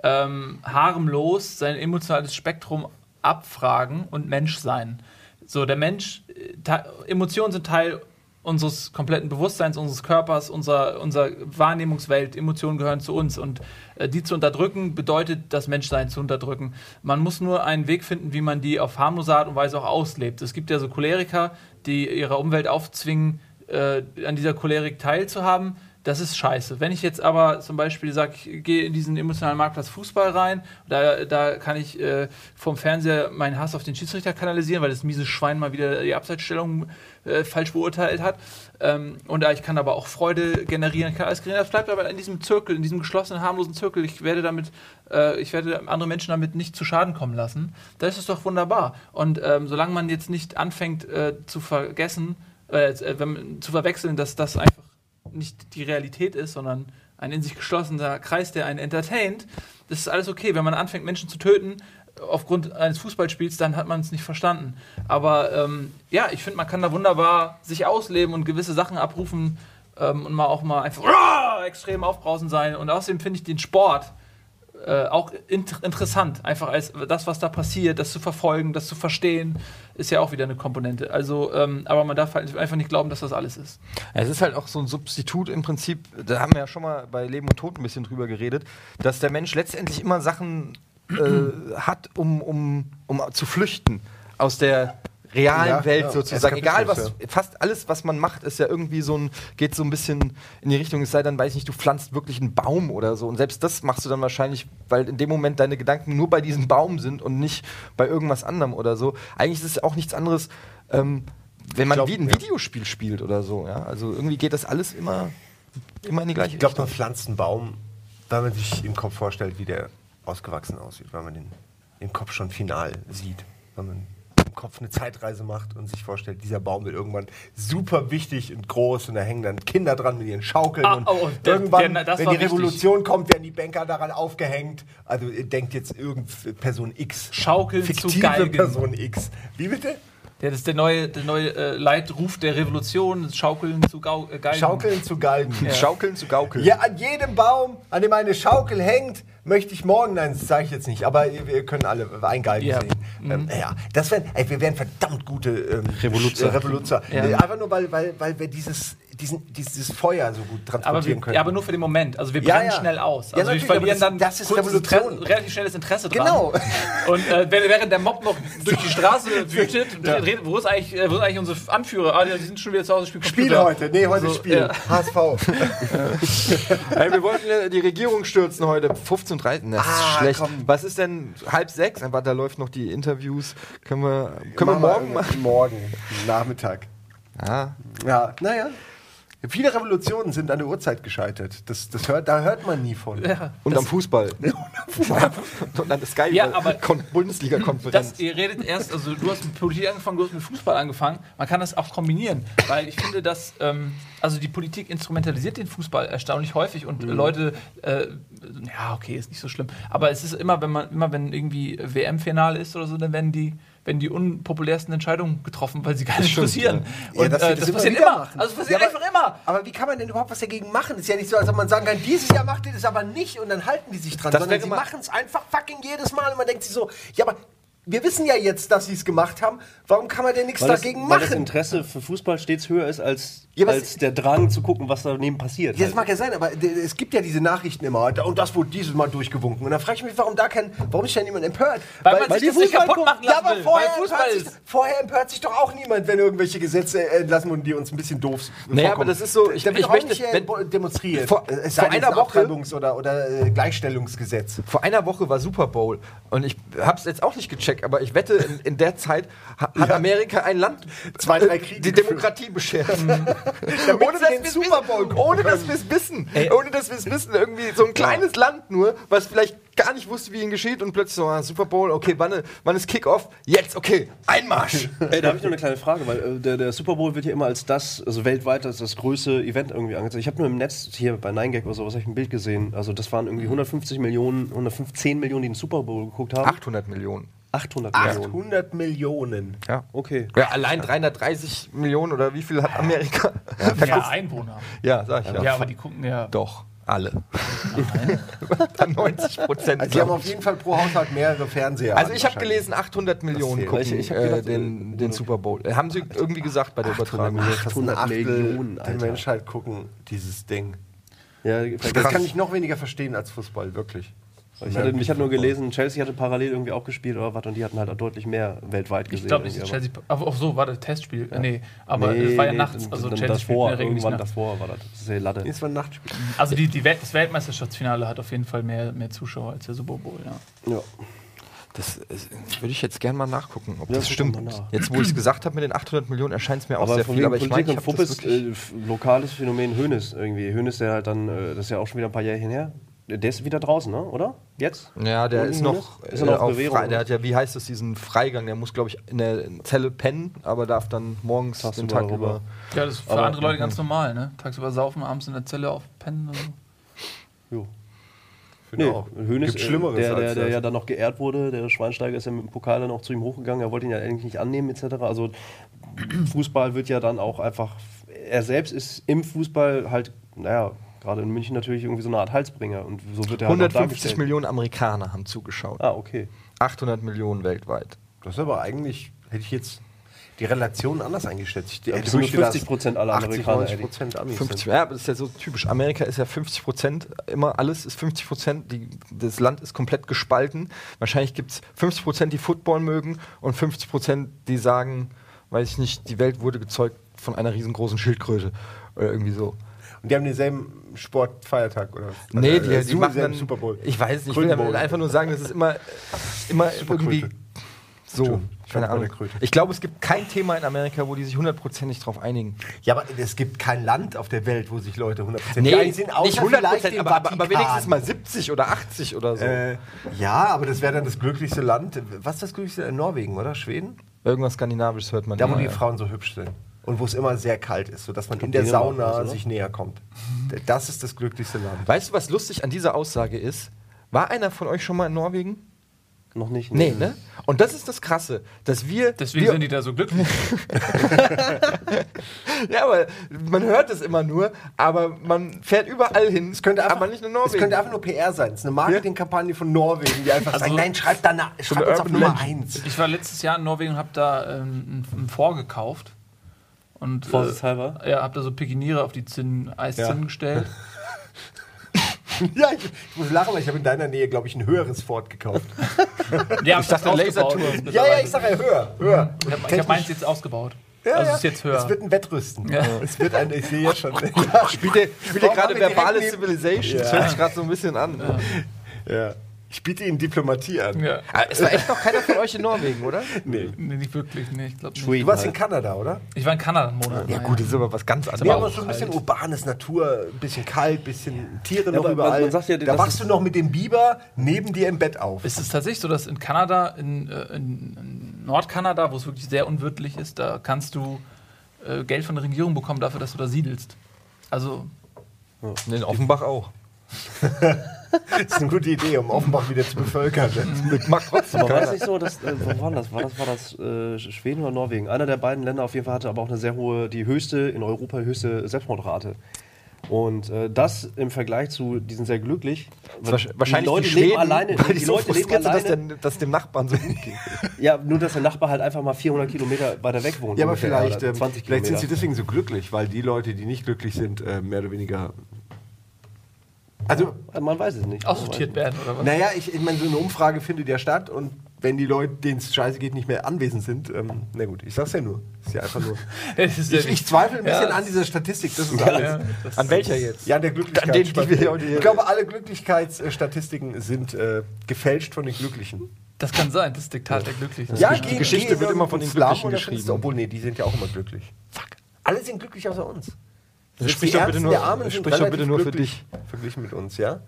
S4: ähm, harmlos sein emotionales Spektrum abfragen und Mensch sein. So, der Mensch, äh, te- Emotionen sind Teil unseres kompletten Bewusstseins, unseres Körpers, unserer, unserer Wahrnehmungswelt. Emotionen gehören zu uns. Und äh, die zu unterdrücken, bedeutet, das Menschsein zu unterdrücken. Man muss nur einen Weg finden, wie man die auf harmlose Art und Weise auch auslebt. Es gibt ja so Choleriker, die ihrer Umwelt aufzwingen, äh, an dieser Cholerik teilzuhaben, das ist scheiße. Wenn ich jetzt aber zum Beispiel sage, ich gehe in diesen emotionalen Marktplatz Fußball rein, da, da kann ich äh, vom Fernseher meinen Hass auf den Schiedsrichter kanalisieren, weil das miese Schwein mal wieder die Abseitsstellung äh, falsch beurteilt hat. Ähm, und äh, ich kann aber auch Freude generieren, ich kann alles generieren. Das bleibt aber in diesem Zirkel, in diesem geschlossenen, harmlosen Zirkel. Ich werde damit, äh, ich werde andere Menschen damit nicht zu Schaden kommen lassen. Da ist es doch wunderbar. Und ähm, solange man jetzt nicht anfängt äh, zu vergessen, äh, äh, wenn man- zu verwechseln, dass das einfach nicht die Realität ist, sondern ein in sich geschlossener Kreis, der einen entertaint, das ist alles okay. Wenn man anfängt, Menschen zu töten äh, aufgrund eines Fußballspiels, dann hat man es nicht verstanden. Aber ähm, ja, ich finde, man kann da wunderbar sich ausleben und gewisse Sachen abrufen ähm, und mal auch mal einfach "Uah!" extrem aufbrausend sein. Und außerdem finde ich den Sport äh, auch inter interessant, einfach als das, was da passiert, das zu verfolgen, das zu verstehen, ist ja auch wieder eine Komponente. Also, ähm, aber man darf halt einfach nicht glauben, dass das alles ist.
S1: Es ist halt auch so ein Substitut im Prinzip, da haben wir ja schon mal bei Leben und Tod ein bisschen drüber geredet, dass der Mensch letztendlich immer Sachen äh, hat, um, um, um zu flüchten. aus der realen
S3: Ja,
S1: Welt
S3: ja.
S1: sozusagen.
S3: Ja,
S1: Egal was,
S3: Kapitalismus,
S1: fast alles, was man macht, ist ja irgendwie so ein, geht so ein bisschen in die Richtung, es sei dann, weiß ich nicht, du pflanzt wirklich einen Baum oder so. Und selbst das machst du dann wahrscheinlich, weil in dem Moment deine Gedanken nur bei diesem Baum sind und nicht bei irgendwas anderem oder so. Eigentlich ist es auch nichts anderes, ähm, wenn man
S3: glaub,
S1: wie ein
S3: ja.
S1: Videospiel spielt oder so. Ja? Also irgendwie geht das alles immer, immer in die gleiche
S3: Ich glaube,
S1: Richtung.
S3: man pflanzt einen Baum, weil man sich im Kopf vorstellt, wie der ausgewachsen aussieht, weil man den im Kopf schon final sieht, weil man im Kopf eine Zeitreise macht und sich vorstellt, dieser Baum wird irgendwann super wichtig und groß und da hängen dann Kinder dran mit ihren Schaukeln
S4: Ah,
S3: und
S4: oh, der-
S3: irgendwann,
S4: der- das
S3: wenn
S4: war
S3: die
S4: wichtig.
S3: Revolution kommt, werden die Banker daran aufgehängt. Also ihr denkt jetzt irgend Person X,
S4: Schaukeln zu
S3: fiktive
S4: Geigen.
S3: Person X. Wie bitte?
S4: Ja, das ist der neue, der neue äh, Leitruf der Revolution, Schaukeln zu Gau äh, Geigen.
S3: Schaukeln zu Galgen.
S1: Schaukeln zu gaukeln.
S3: Ja, an jedem Baum, an dem eine Schaukel hängt, möchte ich morgen. Nein, das sage ich jetzt nicht, aber ihr- wir können alle eingeigen
S4: Ja. Mhm.
S3: sehen. Ähm, ja, das wären, ey, wir wären verdammt gute ähm,
S2: Revoluzer.
S3: Sch- äh, Revoluzer.
S4: Ja.
S3: Nee, Einfach nur, weil, weil, weil wir dieses, diesen, dieses Feuer so gut
S4: Aber,
S3: transportieren
S4: wir,
S3: können.
S4: ja, aber nur für den Moment. Also wir
S3: Ja,
S4: brennen
S3: ja.
S4: schnell aus.
S3: Ja,
S4: Also wir
S3: natürlich, aber
S4: verlieren
S3: das-
S4: dann
S3: das ist
S4: kurzes
S3: Revolution.
S4: Interesse- relativ schnelles Interesse dran.
S3: Genau.
S4: Und äh, während während der Mob noch durch die Straße wütet, dreht- wo, ist eigentlich, äh, wo sind eigentlich unsere Anführer? Ah, die sind schon wieder zu Hause, spielen
S3: Spiel
S4: Computer. Also, äh,
S3: heute, nee, heute
S4: So,
S3: Spiel.
S4: ja.
S3: HSV.
S1: Ey, wir wollten ja die Regierung stürzen heute. 15.30 Uhr. Das ist
S3: Ah,
S1: schlecht.
S3: komm.
S1: Was ist denn halb sechs? Aber da läufen noch die Interviews. Können wir, können wir
S3: Machen
S1: morgen
S3: irgendwas.
S1: machen?
S3: Morgen, Nachmittag.
S1: Ja.
S3: Ja, naja. Viele Revolutionen sind an der Uhrzeit gescheitert. Das, das hört, da hört man nie von.
S1: Und am Fußball. Und an der Sky
S4: Ja, aber-
S1: Kon-
S4: Das,
S1: Bundesliga-Konferenz.
S4: ihr redet erst, also du hast mit Politik angefangen, du hast mit Fußball angefangen. Man kann das auch kombinieren, weil ich finde, dass ähm, also die Politik instrumentalisiert den Fußball erstaunlich häufig und Leute, äh, ja okay, ist nicht so schlimm, aber es ist immer, wenn man immer wenn irgendwie WM-Finale ist oder so, dann werden die werden die unpopulärsten Entscheidungen getroffen, weil sie gar nicht
S1: stimmt,
S4: passieren.
S3: Ja,
S4: Und,
S3: das,
S4: äh,
S3: das, passiert immer. Machen.
S4: Also es passiert
S3: Ja, aber-
S4: einfach immer.
S3: Aber wie kann man denn überhaupt was dagegen machen? Ist ja nicht so, als ob man sagen kann, dieses Jahr macht ihr das aber nicht und dann halten die sich dran,
S1: Das
S3: sondern
S1: wäre
S3: sie
S1: mal-
S3: machen es einfach fucking jedes Mal und man denkt sich so, ja, aber wir wissen ja jetzt, dass sie es gemacht haben. Warum kann man denn nichts
S2: Weil das,
S3: dagegen
S2: weil das
S3: machen?
S2: Interesse für Fußball stets höher ist als,
S3: Ja, aber es-
S2: als der Drang zu gucken, was daneben passiert. Halt.
S1: Also
S3: Ja, das mag ja sein, aber d- es gibt ja diese Nachrichten immer und- und das wurde dieses Mal durchgewunken. Und dann frage ich mich, warum da kein, warum ist da niemand empört?
S4: Weil man sich
S3: die
S4: das nicht
S3: Fußball
S4: kaputt
S3: gucken.
S4: machen lassen
S3: ja, aber
S4: will,
S3: Vorher,
S4: weil Fußball
S3: empört
S4: ist.
S3: Sich, vorher empört sich doch auch niemand, wenn irgendwelche Gesetze äh, entlassen wurden, die uns ein bisschen doof
S1: Naja, aber das ist so,
S3: Ich,
S1: ich-
S3: da wird
S1: ich
S3: auch
S1: möchte-
S3: nicht äh,
S1: wenn-
S3: bo- demonstriert.
S1: Vor-
S3: es
S1: vor
S3: sei denn, es
S1: einer
S3: ist ein
S1: Woche-
S3: Abtreibungs- oder, oder äh, Gleichstellungsgesetz.
S1: Vor einer Woche war Super Bowl und ich hab's jetzt auch nicht gecheckt, aber ich wette, in, in der Zeit ha hat
S3: Ja.
S1: Amerika ein Land
S3: Zwei, drei
S1: äh,
S3: Kriege
S1: die
S3: geführt. Mhm.
S1: Demokratie beschert.
S3: Damit
S1: ohne
S3: sie den
S1: dass wir
S3: Super Bowl gucken
S1: ohne
S3: können.
S1: dass wir es wissen, ohne dass wir es wissen, irgendwie so ein kleines Land nur, was vielleicht gar nicht wusste, wie ihnen geschieht und plötzlich so ah, Super Bowl, okay, wann, wann ist Kickoff? Jetzt, okay, Einmarsch.
S2: Ey, da habe ich noch eine kleine Frage, weil äh, der, der Super Bowl wird ja immer als das, also weltweit als das größte Event irgendwie angezeigt. Ich habe nur im Netz hier bei 9gag oder sowas hab ich ein Bild gesehen. Also das waren
S3: Mhm.
S2: irgendwie 150 Millionen, 115 Millionen, die den Super Bowl geguckt haben.
S1: 800 Millionen.
S2: 800 Millionen.
S3: 800 Millionen.
S1: Ja.
S2: Okay.
S1: Ja, allein 330 Millionen oder wie viel hat Amerika?
S4: Ja, Einwohner.
S1: Ja, sag ich ja.
S4: Ja, aber die gucken ja.
S1: Doch, alle.
S2: Ah,
S1: 90 Prozent.
S3: Also die haben auf jeden Fall pro Haushalt mehrere Fernseher.
S1: Also ich habe
S3: wahrscheinlich.
S1: gelesen, 800 Millionen
S3: zählt.
S1: gucken
S2: Ich- ich hab
S1: äh,
S2: gedacht,
S1: den,
S2: äh,
S1: den Super Bowl. Äh, Haben sie irgendwie gesagt bei der Übertragung.
S3: Fast ein
S2: 800
S3: Achtel
S2: Millionen,
S3: der
S2: Alter.
S3: Menschheit gucken, dieses Ding.
S2: Ja, vielleicht-
S3: Das kann ich noch weniger verstehen als Fußball, wirklich.
S2: ich hatte, ich hatte nur gelesen, Chelsea hatte parallel irgendwie auch gespielt oder was und die hatten halt deutlich mehr weltweit gesehen.
S4: Ich glaube nicht, dass
S2: irgendwie,
S4: Chelsea. Aber auch so, war das Testspiel. Nee,
S2: aber-
S4: aber es war ja
S2: Nee,
S4: nachts.
S2: nee,
S4: Also
S2: dann
S4: Chelsea spielt in
S2: davor,
S4: der Regel nicht
S2: irgendwann
S4: nachts.
S2: davor war das. Das ist ja Latte.
S3: Jetzt war ein Nachtspiel.
S4: Also die, die Welt, das Weltmeisterschaftsfinale hat auf jeden Fall mehr, mehr Zuschauer als der Super Bowl. Ja.
S2: Ja.
S1: Das äh, würde ich jetzt gerne mal nachgucken, ob
S2: Ja,
S1: das
S2: guck
S1: stimmt.
S2: mal nach.
S1: Jetzt, wo ich es gesagt habe mit den 800 Millionen, erscheint es mir auch
S2: Aber
S1: sehr
S2: von
S1: viel.
S2: wegen
S1: Aber ich
S2: Politik und
S1: meine, ich habe
S2: Fupp
S1: das
S2: ist
S1: wirklich-
S2: äh, f- lokales Phänomen Hönes irgendwie. Hönes, der halt dann, äh, das ist ja auch schon wieder ein paar Jährchen her. Der ist wieder draußen, ne? oder? Jetzt?
S1: Ja, der
S2: Uli
S1: ist
S2: Hoeneß?
S1: noch, äh,
S2: Ist er noch auf
S1: auf
S2: Bewährung,
S1: Frei,
S2: oder?
S1: Der hat ja, wie heißt das, diesen Freigang. Der muss, glaube ich, in der Zelle pennen, aber darf dann morgens
S2: Tagsüber
S1: den Tag
S2: darüber.
S1: über.
S4: ja, das ist für andere Leute ganz normal, ne? Tagsüber saufen, abends in der Zelle aufpennen und so.
S2: Jo.
S3: Finde
S2: Nee,
S3: auch.
S2: Hönes, äh,
S3: Gibt Schlimmeres
S2: der,
S3: als
S2: der, der
S3: das.
S2: ja dann noch geehrt wurde, der Schweinsteiger ist ja mit dem Pokal dann auch zu ihm hochgegangen, er wollte ihn ja eigentlich nicht annehmen etc. Also Fußball wird ja dann auch einfach, er selbst ist im Fußball halt, naja, gerade in München natürlich irgendwie so eine Art Halsbringer und so wird er halt auch
S1: 150
S2: dargestellt.
S1: Millionen Amerikaner haben zugeschaut.
S2: Ah, okay.
S1: 800 Millionen weltweit.
S3: Das ist aber eigentlich, hätte ich jetzt. die Relation anders eingeschätzt. Ich
S2: Ja, das sind nur 50% aller Amerikaner,
S3: 80,
S2: Eddie.
S3: 90% Amis
S1: 50, ja, aber das ist ja so typisch. Amerika ist ja 50 Prozent, immer alles ist 50 Prozent. Das Land ist komplett gespalten. Wahrscheinlich gibt es 50 Prozent, die Football mögen und 50 Prozent, die sagen, weiß ich nicht, die Welt wurde gezeugt von einer riesengroßen Schildkröte oder irgendwie so.
S3: sind. Und die haben denselben Sportfeiertag, oder?
S1: Nee,
S3: Also,
S1: die,
S3: äh,
S1: die
S3: Su-
S1: machen
S3: selben
S1: dann,
S3: Super Bowl.
S1: Ich weiß nicht, ich
S3: Grünen
S1: will damit
S3: Bowl.
S1: einfach nur sagen, das ist immer, immer irgendwie
S3: Kröte.
S1: so.
S3: Entschuldigung, ich
S1: Keine
S3: war bei der
S1: Ahnung.
S3: Kröte.
S1: Ich glaube, es gibt kein Thema in Amerika, wo die sich hundertprozentig drauf einigen.
S3: Ja, aber es gibt kein Land auf der Welt, wo sich Leute 100%
S1: Nee,
S3: einig sind, außer
S1: nicht 100
S3: vielleicht
S1: Prozent,
S3: im
S1: aber, aber, aber
S3: Vatikan.
S1: wenigstens mal 70 oder 80 oder so.
S3: Äh, ja, aber das wäre dann das glücklichste Land. Was ist das glücklichste? Land? Norwegen, oder? Schweden?
S1: Irgendwas Skandinavisches hört man
S3: Da, wo
S1: immer,
S3: die
S1: ja.
S3: Frauen so hübsch sind. Und wo es immer sehr kalt ist, sodass man in der
S2: Dänemark ist,
S3: Sauna
S2: oder?
S3: sich näher kommt. D- Das ist das glücklichste Land.
S1: Weißt du, was lustig an dieser Aussage ist? War einer von euch schon mal in Norwegen?
S2: Noch nicht.
S1: Nee, ne? Und das ist das Krasse, dass wir.
S4: Deswegen
S1: wir,
S4: sind die da so glücklich.
S1: Ja, aber man hört es immer nur, aber man fährt überall hin.
S3: Es könnte, einfach,
S1: aber nicht nur
S3: es
S1: Norwegen.
S3: könnte einfach nur PR sein. Es ist eine Marketingkampagne von Norwegen, die einfach
S4: Also-
S3: sagt, nein, schreibt, danach, schreibt
S1: eine
S3: uns auf
S1: Urban
S3: Nummer
S1: Legend.
S3: 1.
S4: Ich war letztes Jahr in Norwegen und habe da ähm, ein, ein Fond gekauft. Und,
S2: Vorsichtshalber?
S4: Äh, ja, habe da so Pikiniere auf die Zinn, Eiszinnen
S2: Ja.
S4: gestellt.
S3: Ja, ich, ich muss lachen, weil ich habe in deiner Nähe, glaube ich, ein höheres Ford gekauft.
S4: Ja,
S1: Ich dachte,
S4: ausgebaut.
S1: Laserturm.
S3: ja, ja, ich sage ja höher. höher.
S4: Ich habe
S3: Technisch-
S4: hab meins jetzt ausgebaut.
S3: Ja,
S4: also
S3: ja.
S4: ist jetzt höher.
S3: Es wird ein Wettrüsten.
S4: Ja.
S3: Es wird ein, ich sehe ja schon.
S1: Spielt ihr, spielt ihr
S3: Warum
S1: gerade
S3: haben wir direkt
S1: verbale
S3: neben-
S1: Civilization? Das
S3: Ja.
S1: hört sich gerade so ein bisschen an.
S3: ja. Ich biete Ihnen Diplomatie an.
S4: ja.
S1: Aber Ah, es war echt noch keiner von euch in Norwegen, oder?
S3: Nee.
S4: Nee, nicht wirklich, nee, ich glaube nicht.
S2: Schweden
S3: Du warst in
S2: halt.
S3: Kanada, oder?
S4: Ich war in Kanada einen Monat.
S1: Ja,
S4: naja.
S1: gut, das ist aber was ganz
S3: Wir
S1: anderes.
S3: haben so ein bisschen urbanes Natur, ein bisschen kalt, ein bisschen Tiere noch
S2: aber man-
S3: überall.
S2: man sagt ja,
S3: da
S2: das
S3: wachst
S2: ist-
S3: du noch mit dem Biber neben dir im Bett auf.
S4: Ist es tatsächlich so, dass in Kanada, in, äh, in, in Nordkanada, wo es wirklich sehr unwirtlich ist, da kannst du äh, Geld von der Regierung bekommen dafür, dass du da siedelst. Also,
S1: In Offenbach auch.
S3: Das ist eine gute Idee, um Offenbach wieder zu bevölkern.
S1: Macht trotzdem
S2: Aber war das
S1: keiner.
S2: nicht so, dass, äh, wo war das? War das, war das äh, Schweden oder Norwegen? Einer der beiden Länder auf jeden Fall hatte aber auch eine sehr hohe, die höchste, in Europa höchste Selbstmordrate. Und äh, das im Vergleich zu diesen sehr glücklich. die Leute leben alleine.
S1: weil die,
S2: die
S1: so
S2: Leute leben
S1: frustriert sind, dass,
S2: alleine.
S1: der, dass dem Nachbarn so gut geht.
S2: Ja, nur dass der Nachbar halt einfach mal 400 Kilometer weiter weg wohnt.
S3: Ja, aber
S2: ungefähr,
S3: vielleicht,
S2: oder
S3: ähm,
S2: 20
S3: vielleicht sind sie
S2: Kilometer.
S3: deswegen so glücklich, weil die Leute, die nicht glücklich sind, äh, mehr oder weniger. Also,
S2: Man weiß es nicht.
S3: Oh,
S4: aussortiert werden oder was?
S3: naja, ich, ich meine, so eine Umfrage findet ja statt und wenn die Leute, denen es scheiße geht, nicht mehr anwesend sind, ähm, na gut, ich sag's ja nur. Ist ja einfach nur.
S4: Das ist ja
S3: Ich, ich
S4: nicht-
S3: zweifle ein bisschen
S4: Ja,
S3: an dieser Statistik, das ist alles.
S4: ja, das-
S1: An welcher jetzt?
S3: Ja, an der
S1: An denen, die wir heute
S3: Glücklichkeit.
S1: hier-
S3: Ich glaube, alle Glücklichkeitsstatistiken sind äh, gefälscht von den Glücklichen.
S4: Das kann sein, das ist Diktat der Glücklichen.
S1: Ja, die Geschichte wird
S3: in
S1: immer von den
S3: Slum
S1: Glücklichen
S3: oder findest Du,
S1: geschrieben.
S3: obwohl, nee, die sind ja auch immer glücklich. Fuck. Alle sind glücklich außer uns. Selbst
S1: Also Sprich
S3: die
S1: doch bitte
S3: Ärmsten
S1: nur-
S3: der Armen sind
S1: sprich doch
S3: relativ
S1: bitte nur für
S3: glücklich Verglichen mit uns, ja?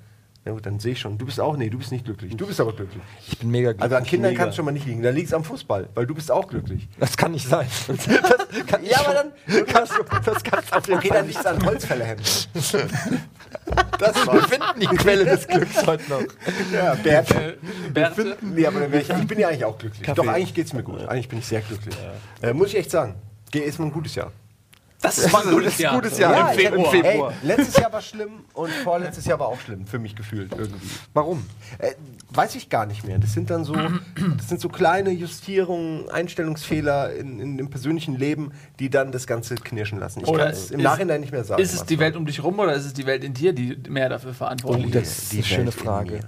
S3: Na gut, dann sehe ich schon. Du bist auch, nee, du bist nicht glücklich. Du bist aber glücklich.
S1: Ich bin mega glücklich.
S3: Also an Kindern
S2: mega.
S3: kannst du schon mal nicht liegen. Da liegt es am Fußball, weil du bist auch glücklich.
S1: Das kann nicht sein. Das kann
S3: Ja, aber dann-
S1: Kannst du, das kannst du auf jeden
S3: Okay,
S1: Fall
S3: dann
S1: nicht.
S3: liegt es an Holzfällerhemden. das war's.
S1: finden die Quelle des Glücks heute noch.
S3: Ja, Bert.
S4: Bärte,
S3: Nee, aber dann wär ich, ich bin ja eigentlich auch glücklich.
S2: Kaffee.
S3: Doch, eigentlich geht's mir gut. Eigentlich bin ich sehr glücklich. Äh, muss ich echt sagen. Ge- Ist mal ein gutes Jahr.
S1: Das
S4: ist mal ein gutes Jahr.
S1: gutes Jahr.
S4: Ja,
S1: Im Fe-
S4: Februar.
S1: Im Februar.
S3: Ey, letztes Jahr war schlimm und vorletztes Jahr war auch schlimm für mich gefühlt irgendwie.
S1: Warum?
S3: Äh, weiß ich gar nicht mehr. Das sind dann so, das sind so kleine Justierungen, Einstellungsfehler in, in dem persönlichen Leben, die dann das Ganze knirschen lassen. Ich
S4: Oder
S3: kann es im
S4: ist-
S3: Nachhinein nicht mehr sagen.
S4: ist es die Welt um dich rum oder ist es die Welt in dir, die mehr dafür
S3: Oh,
S4: verantwortlich ist?
S1: Oh, Das ist eine schöne
S3: Welt in
S1: Frage.
S3: mir.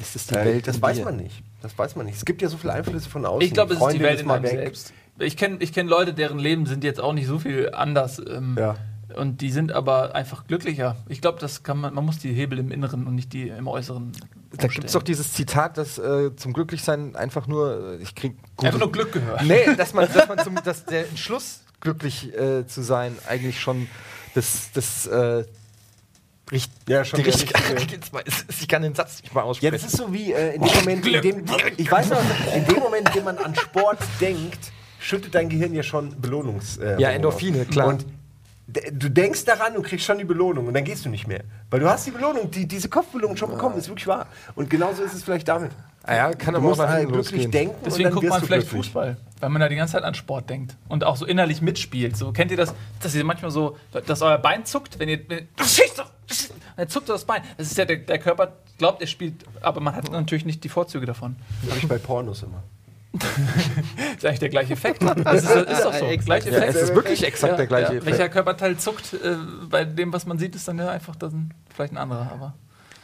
S1: Ist es die
S3: die Welt
S1: Welt
S3: das
S1: in
S3: weiß
S1: dir?
S3: man nicht. Das weiß man nicht. Es gibt ja so viele Einflüsse von außen.
S4: Ich glaube, es ist die
S3: Freundin
S4: Welt in
S3: mal
S4: einem selbst. Ich kenne ich kenn Leute, deren Leben sind jetzt auch nicht so viel anders. Ähm,
S3: Ja.
S4: Und die sind aber einfach glücklicher. Ich glaube, das kann man, man muss die Hebel im Inneren und nicht die im Äußeren.
S1: Da gibt es doch dieses Zitat, dass äh, zum Glücklichsein einfach nur, äh, ich krieg gute-
S4: Einfach nur Glück gehört.
S1: Nee, dass man, dass man zum, dass der Entschluss, glücklich äh, zu sein, eigentlich schon das, das äh, richt,
S3: Ja, schon
S1: die
S3: der
S1: richtige, ich kann den Satz nicht mal
S3: Ja,
S1: aussprechen.
S3: das ist so wie äh, in dem
S4: Oh,
S3: Moment, in dem, ich weiß noch, in dem Moment, in dem man an Sport denkt, schüttet dein Gehirn ja schon Belohnungs. äh,
S1: Ja,
S3: Hormone
S1: Endorphine,
S3: aus.
S1: klar.
S3: Und d- du denkst daran und kriegst schon die Belohnung und dann gehst du nicht mehr, weil du hast die Belohnung, die, diese Kopfbelohnung schon bekommen, ist wirklich wahr. Und genauso ist es vielleicht damit.
S1: Ah ja, kann
S3: Du
S1: aber auch
S3: musst
S1: nach
S3: halt
S1: hinten
S3: glücklich
S1: losgehen.
S3: denken
S4: Deswegen
S3: und dann
S4: guckt
S3: wirst
S4: man
S3: du
S4: vielleicht
S3: glücklich.
S4: Fußball, weil man da die ganze Zeit an Sport denkt und auch so innerlich mitspielt. So kennt ihr das, dass ihr manchmal so, dass euer Bein zuckt, wenn ihr, wenn ihr schießt doch, schießt, und dann zuckt das Bein. Das ist ja der, der Körper glaubt, er spielt, aber man hat natürlich nicht die Vorzüge davon.
S3: Habe ich bei Pornos immer.
S4: Das ist eigentlich der gleiche Effekt. Das ist, das ist doch so. Gleiche
S1: Ja, es
S4: Effekt.
S1: ist wirklich exakt der gleiche
S4: ja.
S1: Effekt.
S4: Welcher Körperteil zuckt, äh, bei dem, was man sieht, ist dann ja einfach das ein, vielleicht ein anderer. Aber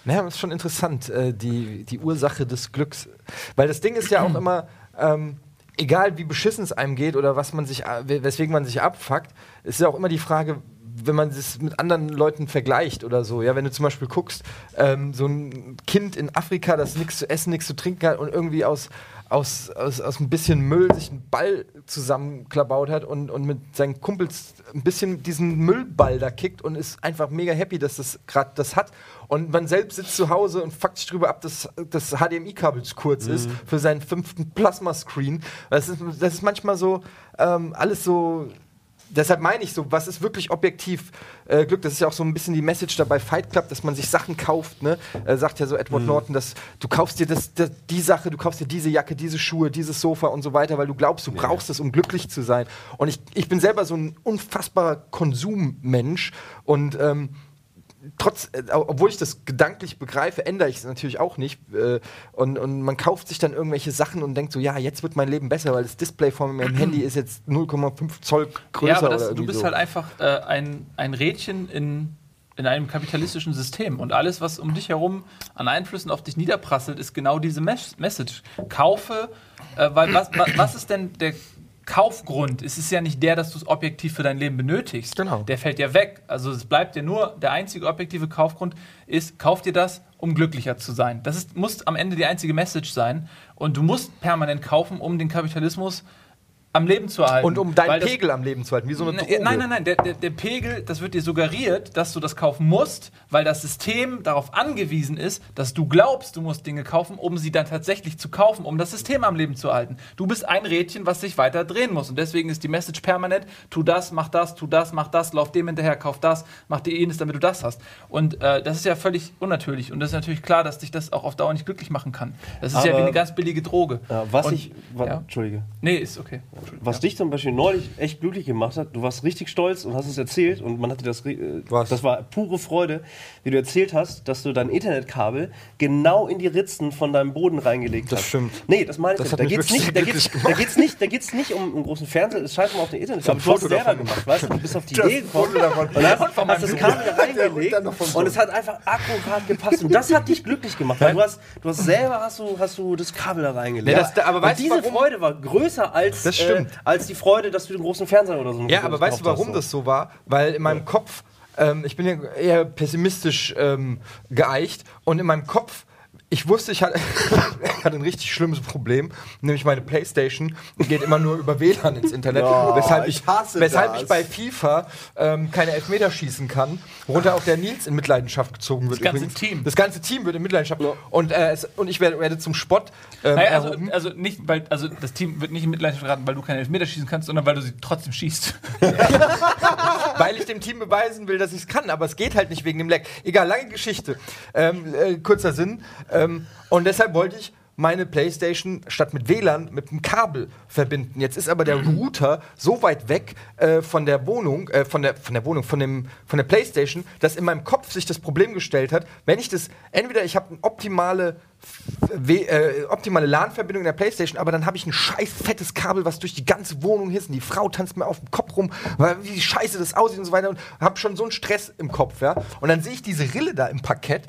S1: Naja, das ist schon interessant, äh, die, die Ursache des Glücks. Weil das Ding ist ja auch immer, ähm, egal wie beschissen es einem geht oder was man sich, a- we- weswegen man sich abfuckt, ist ja auch immer die Frage, wenn man es mit anderen Leuten vergleicht oder so. Ja, wenn du zum Beispiel guckst, ähm, so ein Kind in Afrika, das nichts zu essen, nichts zu trinken hat und irgendwie aus, aus, aus, aus ein bisschen Müll sich einen Ball zusammenklabaut hat und, und mit seinen Kumpels ein bisschen diesen Müllball da kickt und ist einfach mega happy, dass das gerade das hat. Und man selbst sitzt zu Hause und fuckt sich drüber ab, dass das HDMI-Kabel zu kurz ist für seinen fünften Plasma-Screen. Das ist, das ist manchmal so ähm, alles so. Deshalb meine ich so, was ist wirklich objektiv äh, Glück? Das ist ja auch so ein bisschen die Message dabei Fight Club, dass man sich Sachen kauft. Ne? Äh, sagt ja so Edward Norton, dass du kaufst dir das, das, die Sache, du kaufst dir diese Jacke, diese Schuhe, dieses Sofa und so weiter, weil du glaubst, du brauchst es, um glücklich zu sein. Und ich, ich bin selber so ein unfassbarer Konsummensch und ähm, trotz, äh, au- obwohl ich das gedanklich begreife, ändere ich es natürlich auch nicht. Äh, und, und man kauft sich dann irgendwelche Sachen und denkt so, ja, jetzt wird mein Leben besser, weil das Display von meinem Handy ist jetzt 0,5 Zoll größer.
S4: ja, aber das,
S1: oder
S4: du
S1: irgendwie
S4: bist
S1: so.
S4: halt einfach äh, ein, ein Rädchen in, in einem kapitalistischen System. Und alles, was um dich herum an Einflüssen auf dich niederprasselt, ist genau diese Mes Message. Kaufe, äh, weil was, wa- was ist denn der Kaufgrund? Es ist ja nicht der, dass du es objektiv für dein Leben benötigst.
S1: Genau.
S4: Der fällt ja weg. Also es bleibt ja nur, der einzige objektive Kaufgrund ist, kauf dir das, um glücklicher zu sein. Das ist, muss am Ende die einzige Message sein. Und du musst permanent kaufen, um den Kapitalismus am Leben zu erhalten.
S1: und um
S4: Weil
S1: deinen
S4: das-
S1: Pegel am Leben zu halten, wie so eine
S4: Ne,
S1: Droge.
S4: Nein, nein, nein, der, der, der Pegel, das wird dir suggeriert, dass du das kaufen musst, weil das System darauf angewiesen ist, dass du glaubst, du musst Dinge kaufen, um sie dann tatsächlich zu kaufen, um das System am Leben zu erhalten. Du bist ein Rädchen, was sich weiter drehen muss. Und deswegen ist die Message permanent, tu das, mach das, tu das, mach das, lauf dem hinterher, kauf das, mach dir jenes, damit du das hast. Und äh, das ist ja völlig unnatürlich. Und das ist natürlich klar, dass dich das auch auf Dauer nicht glücklich machen kann. Das ist ja
S2: Aber-
S4: wie eine ganz billige Droge.
S2: Ja, Äh, was
S4: Und-
S2: ich. Wa
S4: ja.
S2: Entschuldige.
S4: Nee, ist okay. Entschuldigung.
S2: Was dich zum Beispiel neulich echt glücklich gemacht hat, du warst richtig stolz und hast es erzählt und man hat dir das, ri- äh,
S1: Was?
S2: das war pure Freude, wie du erzählt hast, dass du dein Internetkabel genau in die Ritzen von deinem Boden reingelegt
S1: Das
S2: hast.
S1: stimmt.
S2: Nee, das meine ich
S1: Das
S2: nicht.
S1: hat
S2: Da
S1: mich
S2: geht's
S1: wirklich
S2: nicht, da
S1: glücklich
S2: geht's, da geht's nicht, da geht's nicht um einen großen Fernseher, es scheint mal auf den Internetkabel.
S1: Ich
S2: Du
S1: hab
S2: hast
S1: ein
S2: es
S1: Foto
S2: selber
S1: davon
S2: gemacht, weißt du, du bist auf die
S3: Das
S2: Idee gekommen
S3: Foto davon.
S2: und hast,
S4: Und von
S2: hast
S4: meinem
S2: das
S4: Sohn.
S2: Kabel da
S3: Der
S2: reingelegt
S3: runter noch vom
S2: und
S3: Sohn.
S2: es hat einfach akkurat gepasst und das hat dich glücklich gemacht, weil du hast, du hast selber hast du, hast du das Kabel da reingelegt.
S1: Nee, das-
S2: Ja.
S1: aber
S2: Und
S1: weißt du,
S2: diese
S1: warum-
S2: Freude war größer als,
S1: Das
S2: Äh,
S1: stimmt.
S2: als die Freude, dass du den großen Fernseher oder so
S1: Ja, aber weißt du, warum das so war? Weil in meinem Kopf, ähm, ich bin ja eher pessimistisch ähm, geeicht und in meinem Kopf, ich wusste, ich hatte, ich hatte ein richtig schlimmes Problem, nämlich meine Playstation geht immer nur über WLAN ins Internet,
S3: Ja,
S1: weshalb, ich,
S3: ich hasse
S1: weshalb
S3: das.
S1: ich bei FIFA ähm, keine Elfmeter schießen kann, worunter auch der Nils in Mitleidenschaft gezogen wird.
S4: Das ganze Team.
S1: Das ganze Team wird in Mitleidenschaft. Und, äh, es, und ich werde, werde zum Spott ähm,
S4: Naja, also,
S1: erhoben.
S4: also nicht, weil, also das Team wird nicht in Mitleidenschaft geraten, weil du keine Elfmeter schießen kannst, sondern weil du sie trotzdem schießt.
S1: weil ich dem Team beweisen will, dass ich es kann. Aber es geht halt nicht wegen dem Leck. Egal, lange Geschichte. Ähm, äh, kurzer Sinn. Ähm, und deshalb wollte ich meine Playstation statt mit WLAN mit einem Kabel verbinden. Jetzt ist aber der Router so weit weg äh, von der Wohnung, äh, von der von der Wohnung, von dem von der Playstation, dass in meinem Kopf sich das Problem gestellt hat, wenn ich das entweder ich habe eine optimale F- W- äh, optimale LAN-Verbindung in der Playstation, aber dann habe ich ein scheiß fettes Kabel, was durch die ganze Wohnung hisst und die Frau tanzt mir auf dem Kopf rum, weil wie scheiße das aussieht und so weiter und habe schon so einen Stress im Kopf, ja. Und dann sehe ich diese Rille da im Parkett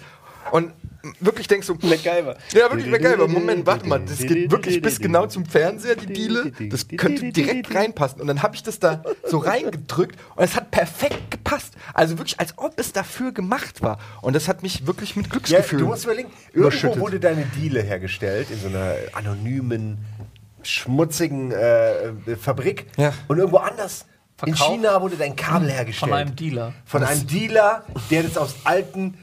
S1: und wirklich denkst du,
S2: MacGyver.
S1: ja, wirklich MacGyver. Moment, warte mal, das geht wirklich bis genau zum Fernseher, die Diele. Das könnte direkt reinpassen. Und dann habe ich das da so reingedrückt und es hat perfekt gepasst. Also wirklich, als ob es dafür gemacht war. Und das hat mich wirklich mit
S3: Ja,
S1: Glücksgefühl.
S3: du musst überlegen, irgendwo
S1: überschüttet.
S3: wurde deine Diele hergestellt in so einer anonymen, schmutzigen äh, äh, Fabrik.
S1: Ja.
S3: Und irgendwo anders.
S4: Verkauft.
S3: In China wurde dein Kabel hergestellt.
S4: Von einem Dealer.
S3: Von einem Dealer, der das aus alten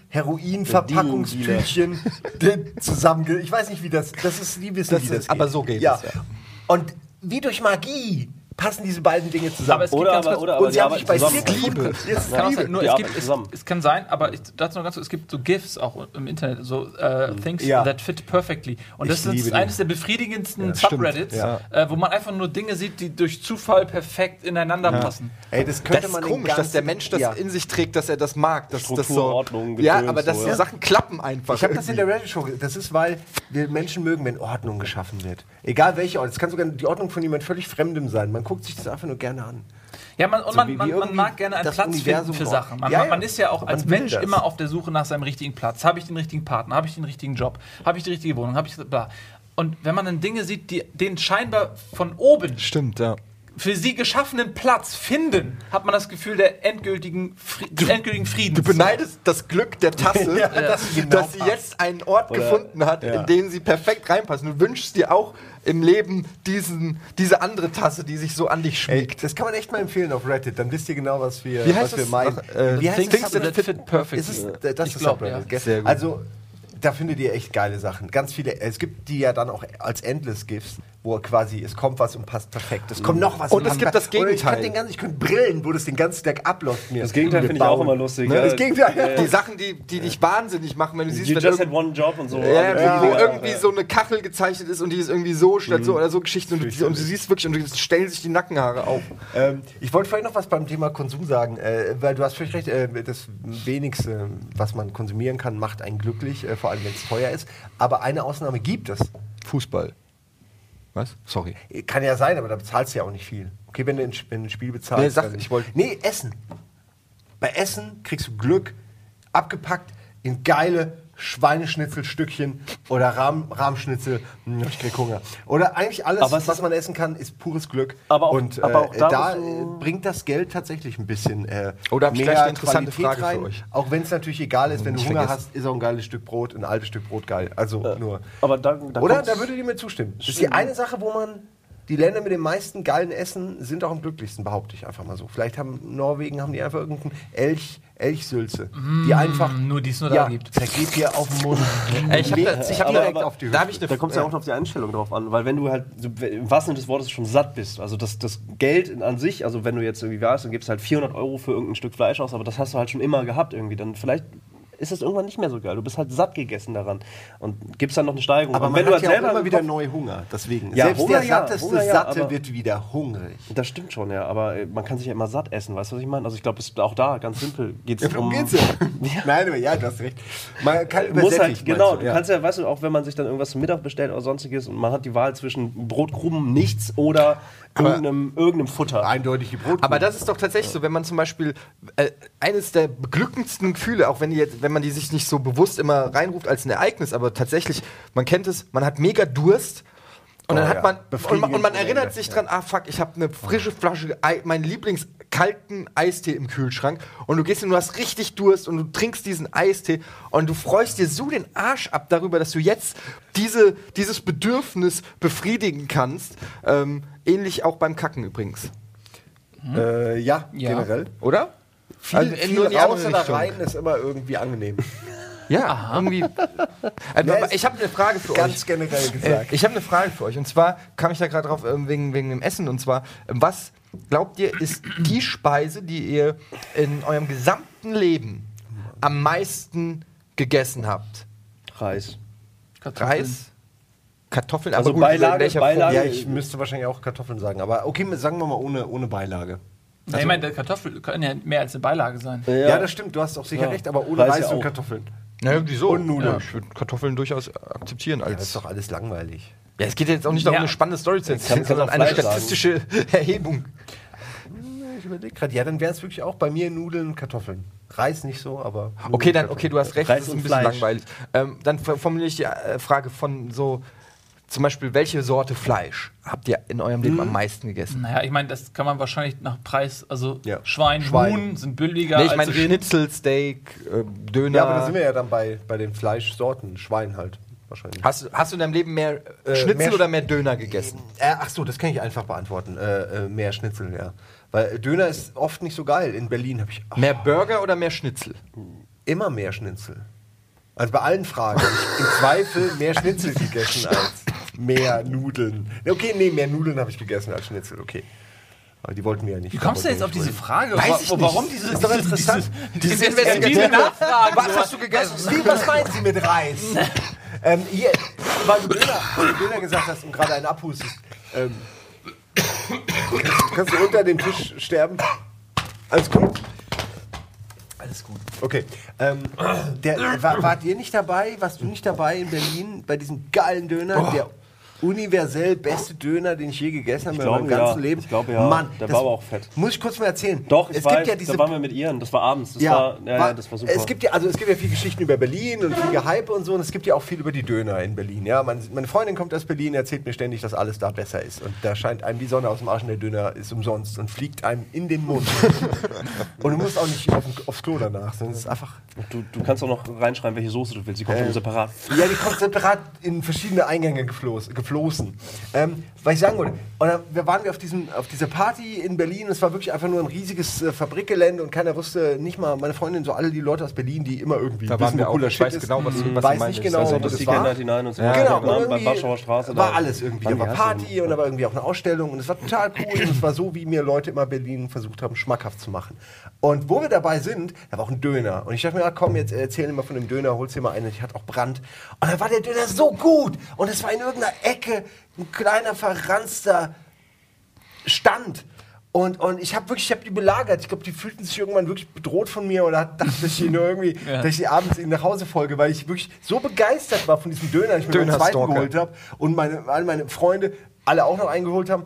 S3: Heroin-Verpackungstütchen de- zusammenge... Ich weiß nicht, wie das... Das ist, die wissen,
S1: Das
S3: wie
S1: ist- aber so geht
S3: ja.
S1: es, ja.
S3: Und wie durch Magie passen diese beiden Dinge zusammen.
S4: Aber es gibt
S3: oder
S2: Oder
S4: ganz
S2: aber,
S4: kurz-
S2: oder aber
S3: und sie haben sich bei
S2: zusammen.
S3: Sid Liebe. Jetzt
S4: Kann auch
S3: Liebe.
S4: sein, nur
S2: Die
S4: es,
S2: arbeiten
S4: gibt, es,
S2: zusammen.
S4: es kann sein, aber ich, dazu noch ganz kurz, es gibt so GIFs auch im Internet, so äh, Things
S3: Ja.
S4: that fit perfectly. Und das
S3: liebe
S4: ist
S3: die.
S4: eines der befriedigendsten
S1: stimmt.
S4: Subreddits,
S1: Ja.
S4: äh, wo man einfach nur Dinge sieht, die durch Zufall perfekt ineinander passen.
S3: Ey, das könnte
S1: Das ist
S3: man den
S1: komisch,
S3: ganzen-
S1: dass der Mensch das
S3: Ja.
S1: in sich trägt, dass er das mag. Dass, das
S2: Struktur,
S1: so,
S2: Ordnung,
S1: Ja,
S2: Gedöns,
S1: aber dass
S2: so,
S1: so
S2: ja.
S1: Sachen klappen einfach.
S3: Ich habe das in
S1: irgendwie.
S3: der Reddit-Show ge- Das ist, weil wir Menschen mögen, wenn Ordnung geschaffen wird. Egal welche Ordnung. Es kann sogar die Ordnung von jemand völlig Fremdem sein. Man guckt sich das einfach nur gerne an.
S4: Ja, man, und
S3: So wie-
S4: man,
S3: wie
S4: man, man
S3: irgendwie
S4: mag gerne einen
S3: das
S4: Platz
S3: Universum
S4: finden für
S3: braucht.
S4: Sachen. Man,
S3: Ja,
S4: man-
S3: ja.
S4: man ist ja auch als
S3: Man will
S4: Mensch
S3: das.
S4: immer auf der Suche nach seinem richtigen Platz. Habe ich den richtigen Partner? Habe ich den richtigen Job? Habe ich die richtige Wohnung? Habe ich bla. Und wenn man dann Dinge sieht, die den scheinbar von oben
S1: Stimmt, ja.
S4: für sie geschaffenen Platz finden, hat man das Gefühl der endgültigen, Fri des endgültigen Friedens.
S1: Du beneidest das Glück der Tasse,
S3: Ja,
S1: dass,
S3: dass
S1: sie
S3: sie genau passt.
S1: jetzt einen Ort
S2: Oder-
S1: gefunden hat,
S2: ja.
S1: in den sie perfekt reinpasst. Du wünschst dir auch im Leben diesen, diese andere Tasse, die sich so an dich
S3: Ey,
S1: schmiegt.
S3: das kann man echt mal empfehlen auf Reddit. Dann wisst ihr genau, was wir,
S1: Wie heißt
S3: was wir
S1: das?
S3: meinen.
S1: Ach, äh,
S3: Wie heißt
S4: Things
S3: das?
S4: that fit perfectly.
S3: Ist es, äh, das
S4: Ich
S3: ist
S4: glaub,
S3: Subreddit,
S4: ja.
S3: gell?
S1: Sehr gut.
S3: Also, da findet ihr echt geile Sachen. Ganz viele. Es gibt die ja dann auch als Endless GIFs, wo quasi es kommt was und passt perfekt. Es kommt noch was
S1: Und es
S3: passt
S1: gibt das
S3: perfekt. Oder Ich
S1: Gegenteil.
S3: kann den ganzen, ich könnte Brillen, wo das den ganzen Tag abläuft mir.
S2: Das Gegenteil finde ich
S3: Bauen.
S2: auch immer lustig.
S3: Ne?
S2: ja.
S3: Das Gegenteil.
S1: Die Sachen, die, die dich wahnsinnig machen, wenn du siehst,
S2: äh, You
S1: wenn
S2: just
S1: irgend-
S2: had one job und so.
S1: Ja,
S2: Ja,
S1: wo
S2: ja,
S1: irgendwie
S2: ja.
S1: so eine Kachel gezeichnet ist und die ist irgendwie so
S2: Mhm.
S1: statt so oder so Geschichten und, du- und du siehst wirklich und du stellen sich die Nackenhaare auf.
S3: Ähm, ich wollte vorhin noch was beim Thema Konsum sagen, äh, weil du hast völlig recht, äh, das wenigste, was man konsumieren kann, macht einen glücklich, äh, vor allem wenn es teuer ist. Aber eine Ausnahme gibt es.
S1: Fußball. Was? Sorry.
S3: Kann ja sein, aber da bezahlst du ja auch nicht viel. Okay, wenn du ein, wenn du ein Spiel bezahlst.
S1: Nee, sag-
S3: dann-
S1: ich wollt-
S3: nee, Essen. Bei Essen kriegst du Glück, abgepackt in geile Schweineschnitzelstückchen oder Rahm, Rahmschnitzel. Hm, ich krieg Hunger. Oder eigentlich alles,
S2: Aber es
S3: was
S2: ist-
S3: man essen kann, ist pures Glück.
S2: Aber auch-
S3: Und äh,
S2: aber auch da
S3: da,
S2: musst du-
S3: äh, bringt das Geld tatsächlich ein bisschen äh,
S1: Oh, da hab ich gleich eine interessante
S3: Qualität
S1: Frage für euch.
S3: Auch wenn es natürlich egal ist, wenn du
S1: Nicht
S3: Hunger
S1: vergessen.
S3: hast, ist auch ein geiles Stück Brot, ein halbes Stück Brot geil. Also nur.
S2: Aber da, da
S3: Oder?
S2: kommt's-
S3: Da würdet ihr mir zustimmen. Das ist die
S2: Stimmt.
S3: eine Sache, wo man. Die Länder mit dem meisten geilen Essen sind auch am glücklichsten, behaupte ich einfach mal so. Vielleicht haben Norwegen haben die einfach irgendeinen Elch, Elchsülze, die einfach
S4: nur die es nur da
S3: ja,
S4: gibt.
S3: zergeht dir auf den Mund.
S1: Ey, ich hab
S3: Mega-
S1: da- ich hab
S3: direkt
S2: aber-
S3: auf die Hüfte.
S1: Da habe ich
S2: Da
S1: eine
S2: kommt es ja auch noch auf die Einstellung drauf an, weil wenn du halt so, im wahrsten Sinne des Wortes schon satt bist, also das, das Geld in- an sich, also wenn du jetzt irgendwie warst, dann gibst du halt 400 Euro für irgendein Stück Fleisch aus, aber das hast du halt schon immer gehabt irgendwie, dann vielleicht ist das irgendwann nicht mehr so geil. Du bist halt satt gegessen daran und gibst dann noch eine Steigerung.
S3: aber
S2: und
S3: man
S2: wenn
S3: hat
S2: du halt
S3: ja
S2: selber
S3: auch immer wieder
S2: Kopf-
S3: neu Hunger. Deswegen,
S2: Ja,
S3: selbst
S2: Hunger
S3: der
S2: ja,
S3: satteste
S2: Hunger ja,
S3: Satte
S2: aber-
S3: wird wieder hungrig.
S2: das stimmt schon, ja, aber äh, man kann sich ja immer satt essen, weißt du, was ich meine? Also ich glaube, es- auch da ganz simpel geht es um.
S3: Nein, aber ja, du hast recht. Man kann
S2: muss halt,
S3: übersättigt,
S2: genau,
S3: meinst
S2: du kannst ja, weißt du, auch wenn man sich dann irgendwas zum Mittag bestellt oder sonstiges und man hat die Wahl zwischen Brotkrumen, nichts oder irgendeinem, irgendeinem Futter.
S3: eindeutig die Brot.
S1: Aber das ist doch tatsächlich so, wenn man zum Beispiel äh, eines der beglückendsten Gefühle, auch wenn, die jetzt, wenn man die sich nicht so bewusst immer reinruft als ein Ereignis, aber tatsächlich, man kennt es, man hat mega Durst. Und dann
S3: Oh,
S1: hat
S3: ja.
S1: man, und man,
S3: Befriedigend
S1: und man
S3: ohne
S1: erinnert
S3: Ende,
S1: sich
S3: ja.
S1: dran, ah fuck, ich habe eine frische Flasche, Ei- meinen Lieblingskalten Eistee im Kühlschrank und du gehst und du hast richtig Durst und du trinkst diesen Eistee und du freust dir so den Arsch ab darüber, dass du jetzt diese, dieses Bedürfnis befriedigen kannst. Ähm, ähnlich auch beim Kacken übrigens,
S3: äh, ja,
S4: Ja.
S3: generell.
S1: oder?
S3: Viel,
S1: Also
S3: viel
S1: nur in die
S3: raus
S1: andere
S3: oder
S1: Richtung.
S3: rein ist immer irgendwie angenehm.
S1: Ja, irgendwie. Also, aber ich habe eine Frage für
S3: Ganz
S1: euch.
S3: generell
S1: Äh,
S3: gesagt.
S1: ich habe eine Frage für euch. Und zwar kam ich da gerade drauf ähm, wegen, wegen dem Essen. Und zwar, ähm, was glaubt ihr, ist die Speise, die ihr in eurem gesamten Leben am meisten gegessen habt?
S2: Reis.
S1: Reis? Kartoffeln?
S2: Also
S1: aber gut,
S2: Beilage,
S1: in welcher
S2: Beilage.
S1: Form?
S3: ja, ich müsste wahrscheinlich auch Kartoffeln sagen, aber okay, sagen wir mal ohne, ohne Beilage.
S4: Ja, ich meine, der Kartoffel kann ja mehr als eine Beilage sein.
S3: Ja. das stimmt, du hast auch sicher
S2: Ja.
S3: recht, aber ohne
S2: Weiß
S3: Reis
S2: ja
S3: und
S2: auch.
S3: Kartoffeln.
S1: Naja, ne, wieso?
S3: Und Nudeln.
S1: Ja. Ich würde Kartoffeln durchaus akzeptieren
S3: Das
S1: als.
S3: ist doch alles langweilig.
S1: Ja, es geht jetzt auch nicht darum,
S4: Ja.
S1: eine spannende Story zu erzählen,
S2: kannst du
S1: sondern
S2: auch
S1: eine
S2: Fleisch sagen.
S1: statistische Erhebung.
S3: Ich überlege gerade, ja, dann wären es wirklich auch bei mir Nudeln und Kartoffeln. Reis nicht so, aber. Nudeln
S1: Ah, Okay,
S3: und
S1: dann,
S3: Kartoffeln.
S1: okay, du hast recht,
S2: Reis
S1: das ist ein
S2: und
S1: bisschen
S2: Fleisch.
S1: langweilig. Ähm, dann f- formuliere ich die äh, Frage von so, zum Beispiel, welche Sorte Fleisch habt ihr in eurem
S3: Hm?
S1: Leben am meisten gegessen?
S4: Naja, ich meine, das kann man wahrscheinlich nach Preis, also
S3: Ja.
S4: Schwein,
S3: Schwein.
S4: Huhn sind billiger
S1: nee, ich meine
S2: also
S4: als Rind.
S1: Schnitzel, Steak, äh, Döner.
S3: Ja, aber da sind wir ja dann bei, bei den Fleischsorten. Schwein halt, wahrscheinlich.
S1: hast, du- hast du in deinem Leben mehr äh,
S3: Äh,
S1: Schnitzel
S3: mehr Sch-
S1: oder mehr Döner gegessen?
S3: Äh, ach so, das kann ich einfach beantworten. Äh, äh, mehr Schnitzel, ja. Weil Döner ist oft nicht so geil. In Berlin habe ich ach,
S1: Mehr Burger oder mehr Schnitzel?
S3: immer mehr Schnitzel. Also bei allen Fragen. hab ich Im Zweifel mehr Schnitzel gegessen als mehr Nudeln. Okay, nee, mehr Nudeln habe ich gegessen als Schnitzel, okay. Aber die wollten wir ja nicht.
S4: Wie kommst du
S3: Aber
S4: jetzt auf
S3: die-
S4: diese Frage?
S3: Weiß
S4: Wa-
S3: ich nicht.
S4: Warum diese,
S3: Ist doch
S4: diese-
S3: interessant.
S4: diese,
S3: Diese
S4: diese investigative
S3: investigative-
S4: Nachfrage?
S3: Was hast du gegessen? Wie, was meinen Sie mit Reis? ähm, hier, weil du Bilder, weil du Bilder gesagt hast und gerade einen abhustest. Ähm, kannst- kannst du unter dem Tisch sterben? Alles gut.
S4: Alles gut.
S3: Okay. Ähm, der, war, wart ihr nicht dabei? Warst du nicht dabei in Berlin bei diesem geilen Döner?
S2: Oh.
S3: Der universell beste Döner, den ich je gegessen habe
S2: Ich
S3: in
S2: glaube,
S3: meinem ganzen
S2: ja.
S3: Leben.
S2: Ich glaube, ja.
S3: Mann,
S2: Der
S3: das
S2: war aber auch fett.
S3: Muss ich kurz mal erzählen.
S2: Doch, ich
S3: es
S2: weiß,
S3: gibt ja diese
S2: da waren wir mit ihren, das war abends, das war, ja,
S3: war-
S2: ja, das war super.
S3: Es gibt ja, also es gibt ja viel Geschichten über Berlin und viel Gehype und so, und es gibt ja auch viel über die Döner in Berlin. Ja, Man- meine Freundin kommt aus Berlin, erzählt mir ständig, dass alles da besser ist. Und da scheint einem die Sonne aus dem Arsch und der Döner ist umsonst und fliegt einem in den Mund. und du musst auch nicht auf, aufs Klo danach, sondern es ist einfach.
S2: du, du kannst auch noch reinschreiben, welche Soße du willst, die kommt
S3: Ähm.
S2: ähm. separat.
S3: Ja, die kommt separat in verschiedene Eingänge geflos, geflossen. Ähm, was ich sagen wollte, und dann, da waren wir auf, diesem, auf dieser Party in Berlin, es war wirklich einfach nur ein riesiges äh, Fabrikgelände und keiner wusste, nicht mal meine Freundin, so alle die Leute aus Berlin, die immer irgendwie
S1: Da
S3: wissen,
S1: waren wir
S3: wo
S1: auch.
S3: cooler
S1: Ich
S3: Shit
S1: weiß
S3: ist.
S1: genau, was,
S3: Mhm.
S1: was
S3: weiß
S1: du meinst.
S3: nicht genau,
S1: Also,
S3: ob
S1: das
S3: das
S2: die
S3: war-
S2: Kinder hinein und so.
S1: Ja,
S3: genau,
S2: genau.
S3: und
S2: Bei
S3: irgendwie
S2: Warschauer Straße.
S3: War
S2: da.
S3: alles irgendwie.
S2: Wann
S3: Da war
S2: die heißt
S3: Party
S2: denn?
S3: und da war irgendwie auch eine Ausstellung und es war total cool. und es war so, wie mir Leute immer Berlin versucht haben, schmackhaft zu machen. Und wo wir dabei sind, da war auch ein Döner. Und ich dachte mir, ja, komm, jetzt erzähl mir mal von dem Döner, holst dir mal einen. Ich hatte auch Brand. Und dann war der Döner so gut. Und es war in irgendeiner Ecke ein kleiner, verranzter Stand. Und, und ich habe wirklich, ich habe die belagert. Ich glaube, die fühlten sich irgendwann wirklich bedroht von mir oder hat- dachten, dass ich ihnen nur irgendwie, dass ich die abends ihnen nach Hause folge, weil ich wirklich so begeistert war von diesem Döner, dass ich mir den zweiten
S1: Dönerstalker.
S3: geholt habe und meine, alle meine Freunde alle auch noch eingeholt haben.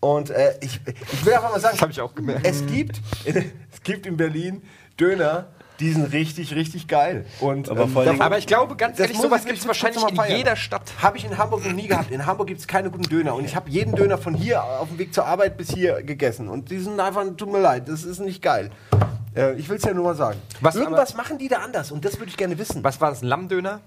S3: Und äh, ich, ich will einfach mal sagen,
S1: Das hab ich auch gemerkt.
S3: es gibt, es gibt in Berlin Döner, die sind richtig, richtig geil. Und, ähm,
S2: Aber vor allen Dingen-
S1: Aber ich glaube, ganz
S3: das
S1: ehrlich,
S3: muss
S1: sowas
S3: ich-
S1: gibt es
S3: das muss
S1: wahrscheinlich
S3: man
S1: in
S3: feiern.
S1: jeder Stadt.
S3: Habe ich in Hamburg noch nie gehabt. In Hamburg gibt es keine guten Döner. Und ich habe jeden Döner von hier auf dem Weg zur Arbeit bis hier gegessen. Und die sind einfach, tut mir leid, das ist nicht geil. Äh, ich will es ja nur mal sagen.
S1: Was
S3: Irgendwas machen die da anders und das würde ich gerne wissen.
S1: Was war das, ein Lammdöner?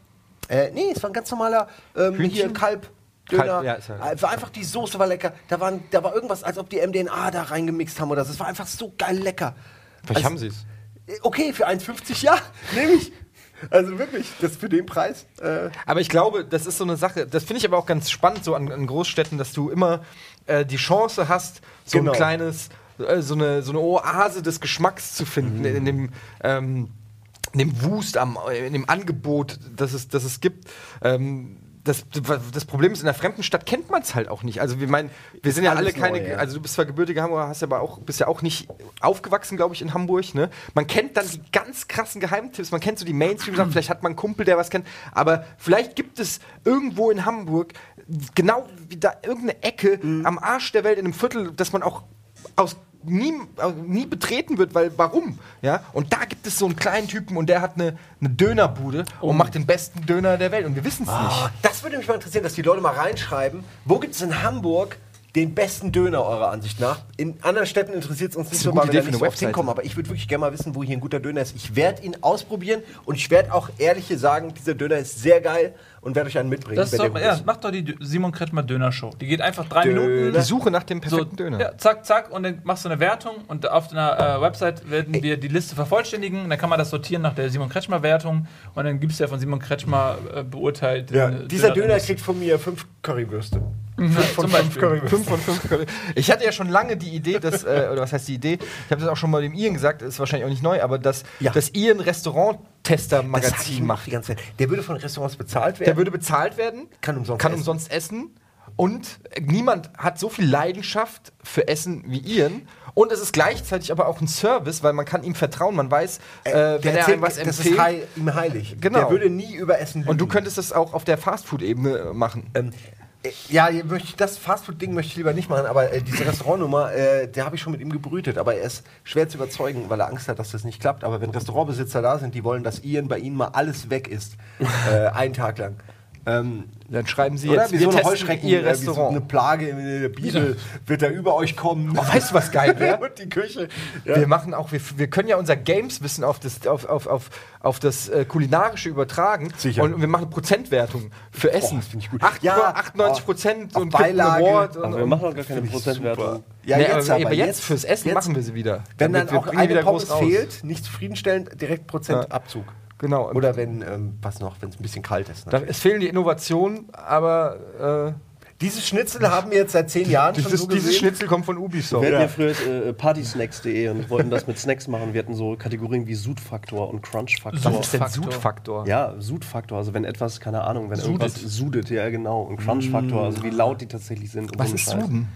S3: Äh, nee, es war ein ganz normaler ähm,
S1: Hühnchen?
S3: hier Kalb.
S1: Kalb, ja,
S3: Döner.
S1: ist ja-
S3: Äh, war einfach die Soße war lecker. Da, waren, da war irgendwas, als ob die MDNA da reingemixt haben oder so. Es war einfach so geil lecker. Also-
S1: Vielleicht haben sie es.
S3: Äh, Okay, für 1,50 ja, nehme ich. Also wirklich, das für den Preis. Äh,
S1: Aber ich glaube, das ist so eine Sache, das finde ich aber auch ganz spannend so an, an Großstädten, dass du immer äh, die Chance hast, so
S3: Genau.
S1: ein kleines, äh, so, eine, so eine Oase des Geschmacks zu finden
S3: Mhm.
S1: in dem. Ähm, in dem Wust, am, äh, in dem Angebot, das es, das es gibt. Ähm, das, das Problem ist, in einer fremden Stadt kennt man es halt auch nicht. Also, wir meinen, wir sind ja
S3: Alles
S1: alle keine,
S3: neu, ja.
S1: also du bist zwar gebürtiger Hamburger, hast ja aber auch, bist ja auch nicht aufgewachsen, glaube ich, in Hamburg. Ne? Man kennt dann die ganz krassen Geheimtipps, man kennt so die Mainstream-Sachen, vielleicht hat man einen Kumpel, der was kennt, aber vielleicht gibt es irgendwo in Hamburg genau wie da irgendeine Ecke
S3: Mhm.
S1: am Arsch der Welt in einem Viertel, dass man auch aus nie, äh, nie betreten wird, weil warum? Ja? Und da gibt es so einen kleinen Typen und der hat eine, eine Dönerbude
S3: Oh.
S1: und macht den besten Döner der Welt und wir wissen es
S3: Ah,
S1: nicht.
S3: Das würde mich mal interessieren, dass die Leute mal reinschreiben, wo gibt es in Hamburg den besten Döner eurer Ansicht nach? In anderen Städten interessiert es uns nicht
S1: ist
S3: so,
S1: eine
S3: weil
S1: gute
S3: wir da
S1: Idee für
S3: nicht so
S1: eine
S3: oft
S1: Webseite.
S3: hinkommen. Aber ich würde wirklich gerne mal wissen, wo hier ein guter Döner ist. Ich werde ihn ausprobieren und ich werde auch ehrlich hier sagen, dieser Döner ist sehr geil und werde euch einen mitbringen,
S4: Das ist doch,
S3: gut
S4: ja,
S3: ist.
S4: macht doch die Dö- Simon Kretschmer Döner-Show. Die geht einfach drei
S3: Döner.
S4: Minuten.
S1: Die Suche nach
S4: So,
S1: dem perfekten Döner.
S4: ja, zack, zack, und dann machst du eine Wertung und auf deiner äh, Website werden wir die Liste vervollständigen und dann kann man das sortieren nach der Simon Kretschmer-Wertung und dann gibt es ja von Simon Kretschmer äh, beurteilt.
S3: Ja,
S4: äh,
S3: dieser Döner
S4: Döner-
S3: kriegt von mir fünf Currywürste.
S4: zum Beispiel.
S1: Fünf von fünf Curry. Ich hatte ja schon lange die Idee, dass, äh, oder was heißt die Idee? Ich habe das auch schon mal dem Ian gesagt, ist wahrscheinlich auch nicht neu, aber dass,
S3: Ja.
S1: dass
S3: Das
S1: Ian
S3: sag ich
S1: Restaurant-Tester-Magazin
S3: ihm auch
S1: macht.
S3: die ganze Zeit. Der würde von Restaurants bezahlt werden.
S1: Der würde bezahlt werden,
S3: Kann umsonst
S1: kann
S3: essen.
S1: umsonst essen. Und niemand hat so viel Leidenschaft für Essen wie Ian. Und es ist gleichzeitig aber auch ein Service, weil man kann ihm vertrauen. Man weiß, äh,
S3: Der
S1: wenn er
S3: erzählt,
S1: einem was
S3: das
S1: empfiehlt.
S3: ist hei ihm heilig.
S1: Genau.
S3: Der würde nie über Essen lügen.
S1: Und du könntest das auch auf der Fastfood-Ebene machen.
S3: Ähm, äh, ja, hier möchte ich- das Fastfood-Ding möchte ich lieber nicht machen, aber äh, diese Restaurantnummer, äh, der habe ich schon mit ihm gebrütet. Aber er ist schwer zu überzeugen, weil er Angst hat, dass das nicht klappt. Aber wenn Restaurantbesitzer da sind, die wollen, dass Ian bei ihnen mal alles weg ist. äh, einen Tag lang. Ähm,
S1: Dann schreiben sie
S3: oder
S1: jetzt,
S3: wie so eine Heuschrecken,
S1: testen ihr
S3: äh, wie so eine
S1: Restaurant.
S3: Plage in der Bibel wird da über euch kommen.
S1: Oh, weißt du, was geil wäre?
S3: Und die Küche.
S1: Wir machen auch, wir, wir können ja unser Games-Wissen auf das, auf, auf, auf, auf das äh, Kulinarische übertragen.
S3: Sicher.
S1: Und wir machen Prozentwertungen für Essen.
S3: das find ich gut.
S1: Acht,
S3: Ja.
S1: 98
S3: Oh,
S1: Prozent
S3: auf
S1: und kriegen einen
S3: Beilage. Also
S1: Award. Und,
S2: Aber wir
S1: und,
S2: machen doch gar keine Prozentwertung.
S3: Ja,
S1: Nee,
S3: jetzt
S1: aber,
S3: aber,
S1: jetzt,
S3: jetzt-
S1: fürs Essen
S3: jetzt-
S1: machen wir sie wieder.
S3: Wenn
S1: Damit
S3: dann auch
S1: bringen
S3: eine Pommes
S1: raus.
S3: fehlt, nicht zufriedenstellend, direkt Prozent
S1: Ja.
S3: Abzug.
S1: Genau.
S3: Oder wenn, ähm, was noch, wenn es ein bisschen kalt ist.
S1: Da,
S3: natürlich.
S1: es fehlen die Innovationen, aber äh,
S3: Dieses Schnitzel haben wir jetzt seit zehn Jahren schon
S1: Dieses,
S3: so
S1: dieses
S3: gesehen.
S1: Schnitzel kommt von Ubisoft.
S2: Wir hatten ja
S3: Ja.
S2: früher äh, Partysnacks.de und wollten das mit Snacks machen. Wir hatten so Kategorien wie Sudfaktor und Crunchfaktor.
S4: Sud- Sudfaktor.
S1: Sudfaktor?
S2: Ja, Sudfaktor, also wenn etwas, keine Ahnung, wenn
S4: Sudet.
S2: irgendwas sudet, ja genau. Und Crunchfaktor, also wie laut die tatsächlich sind. Und
S1: Mm. Was
S2: so ein
S1: ist
S2: Scheiß.
S1: Suden?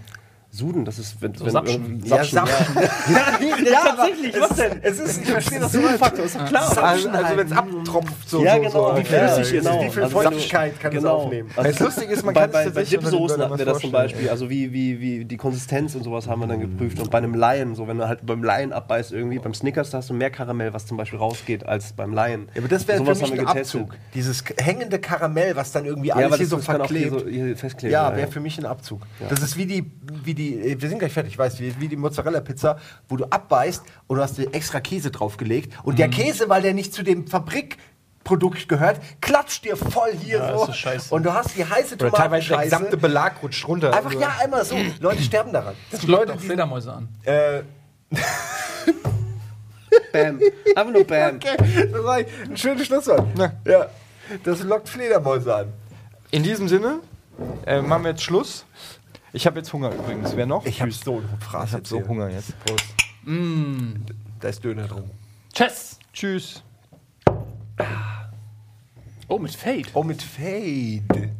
S2: Suden, das ist, wenn, wenn
S4: Sapschen.
S2: irgendwie-
S3: Ja,
S2: Sapschen,
S3: Sapschen.
S2: ja. ja, tatsächlich, was denn?
S3: Es ist, ich verstehe das so
S2: Sudfaktor, ist doch klar.
S1: Also, also wenn es abtropft, so.
S2: Ja,
S1: so,
S2: genau.
S1: so.
S2: Wie flüssig,
S3: Ja,
S2: genau.
S3: wie viel
S2: Also wenn du-
S3: Feuchtigkeit kann es aufnehmen?
S1: Also es lustig ist, man
S2: bei,
S1: kann es
S2: bei, bei
S1: tatsächlich unter den
S2: Dipsoßen
S1: Bürgern
S2: hatten wir
S1: mal
S2: das zum
S1: vorstellen,
S2: Beispiel. Also wie, wie, wie die Konsistenz und sowas haben wir dann geprüft. Und bei einem Lion, so wenn du halt beim Lion abbeißt irgendwie, beim Snickers da hast du mehr Karamell, was zum Beispiel rausgeht, als beim Lion.
S3: Ja, aber das wäre für
S2: Sowas
S3: mich ein Abzug. Dieses k- hängende Karamell, was dann irgendwie
S2: Ja,
S3: alles
S2: aber
S3: hier
S2: das,
S3: so
S2: das kann auch hier
S3: verklebt.
S2: so hier festkleben.
S3: ja, wäre für mich ein Abzug. Das ist wie die, wie die, äh, wir sind gleich fertig, weißt du, wie, wie die Mozzarella-Pizza, wo du abbeißt und du hast dir extra Käse draufgelegt und der Käse, weil der nicht zu dem Fabrikprodukt gehört, klatscht dir voll hier so.
S4: das ist scheiße.
S3: Und du hast die heiße
S1: Oder teilweise der gesamte
S3: Tomatenscheiße.
S1: Belag rutscht runter.
S3: Einfach
S1: Also-
S3: ja, einmal so. Leute sterben daran. Das
S4: Das
S3: sind
S4: Leute
S3: Leute,
S4: auch
S3: die.
S4: Fledermäuse an.
S3: Äh,
S2: Bam. Einfach nur Bam.
S3: okay, das war ein schönes Schlusswort.
S1: Ja.
S3: Ja. Das lockt Fledermäuse an.
S1: In diesem Sinne äh, machen wir jetzt Schluss. Ich habe jetzt Hunger übrigens. Wer noch?
S3: Ich hab so einen Fraß.
S1: Ich habe so Hunger jetzt. Prost.
S3: Da ist Döner drin.
S4: Chess!
S1: Tschüss.
S4: Oh, mit Fade.
S3: Oh, mit Fade.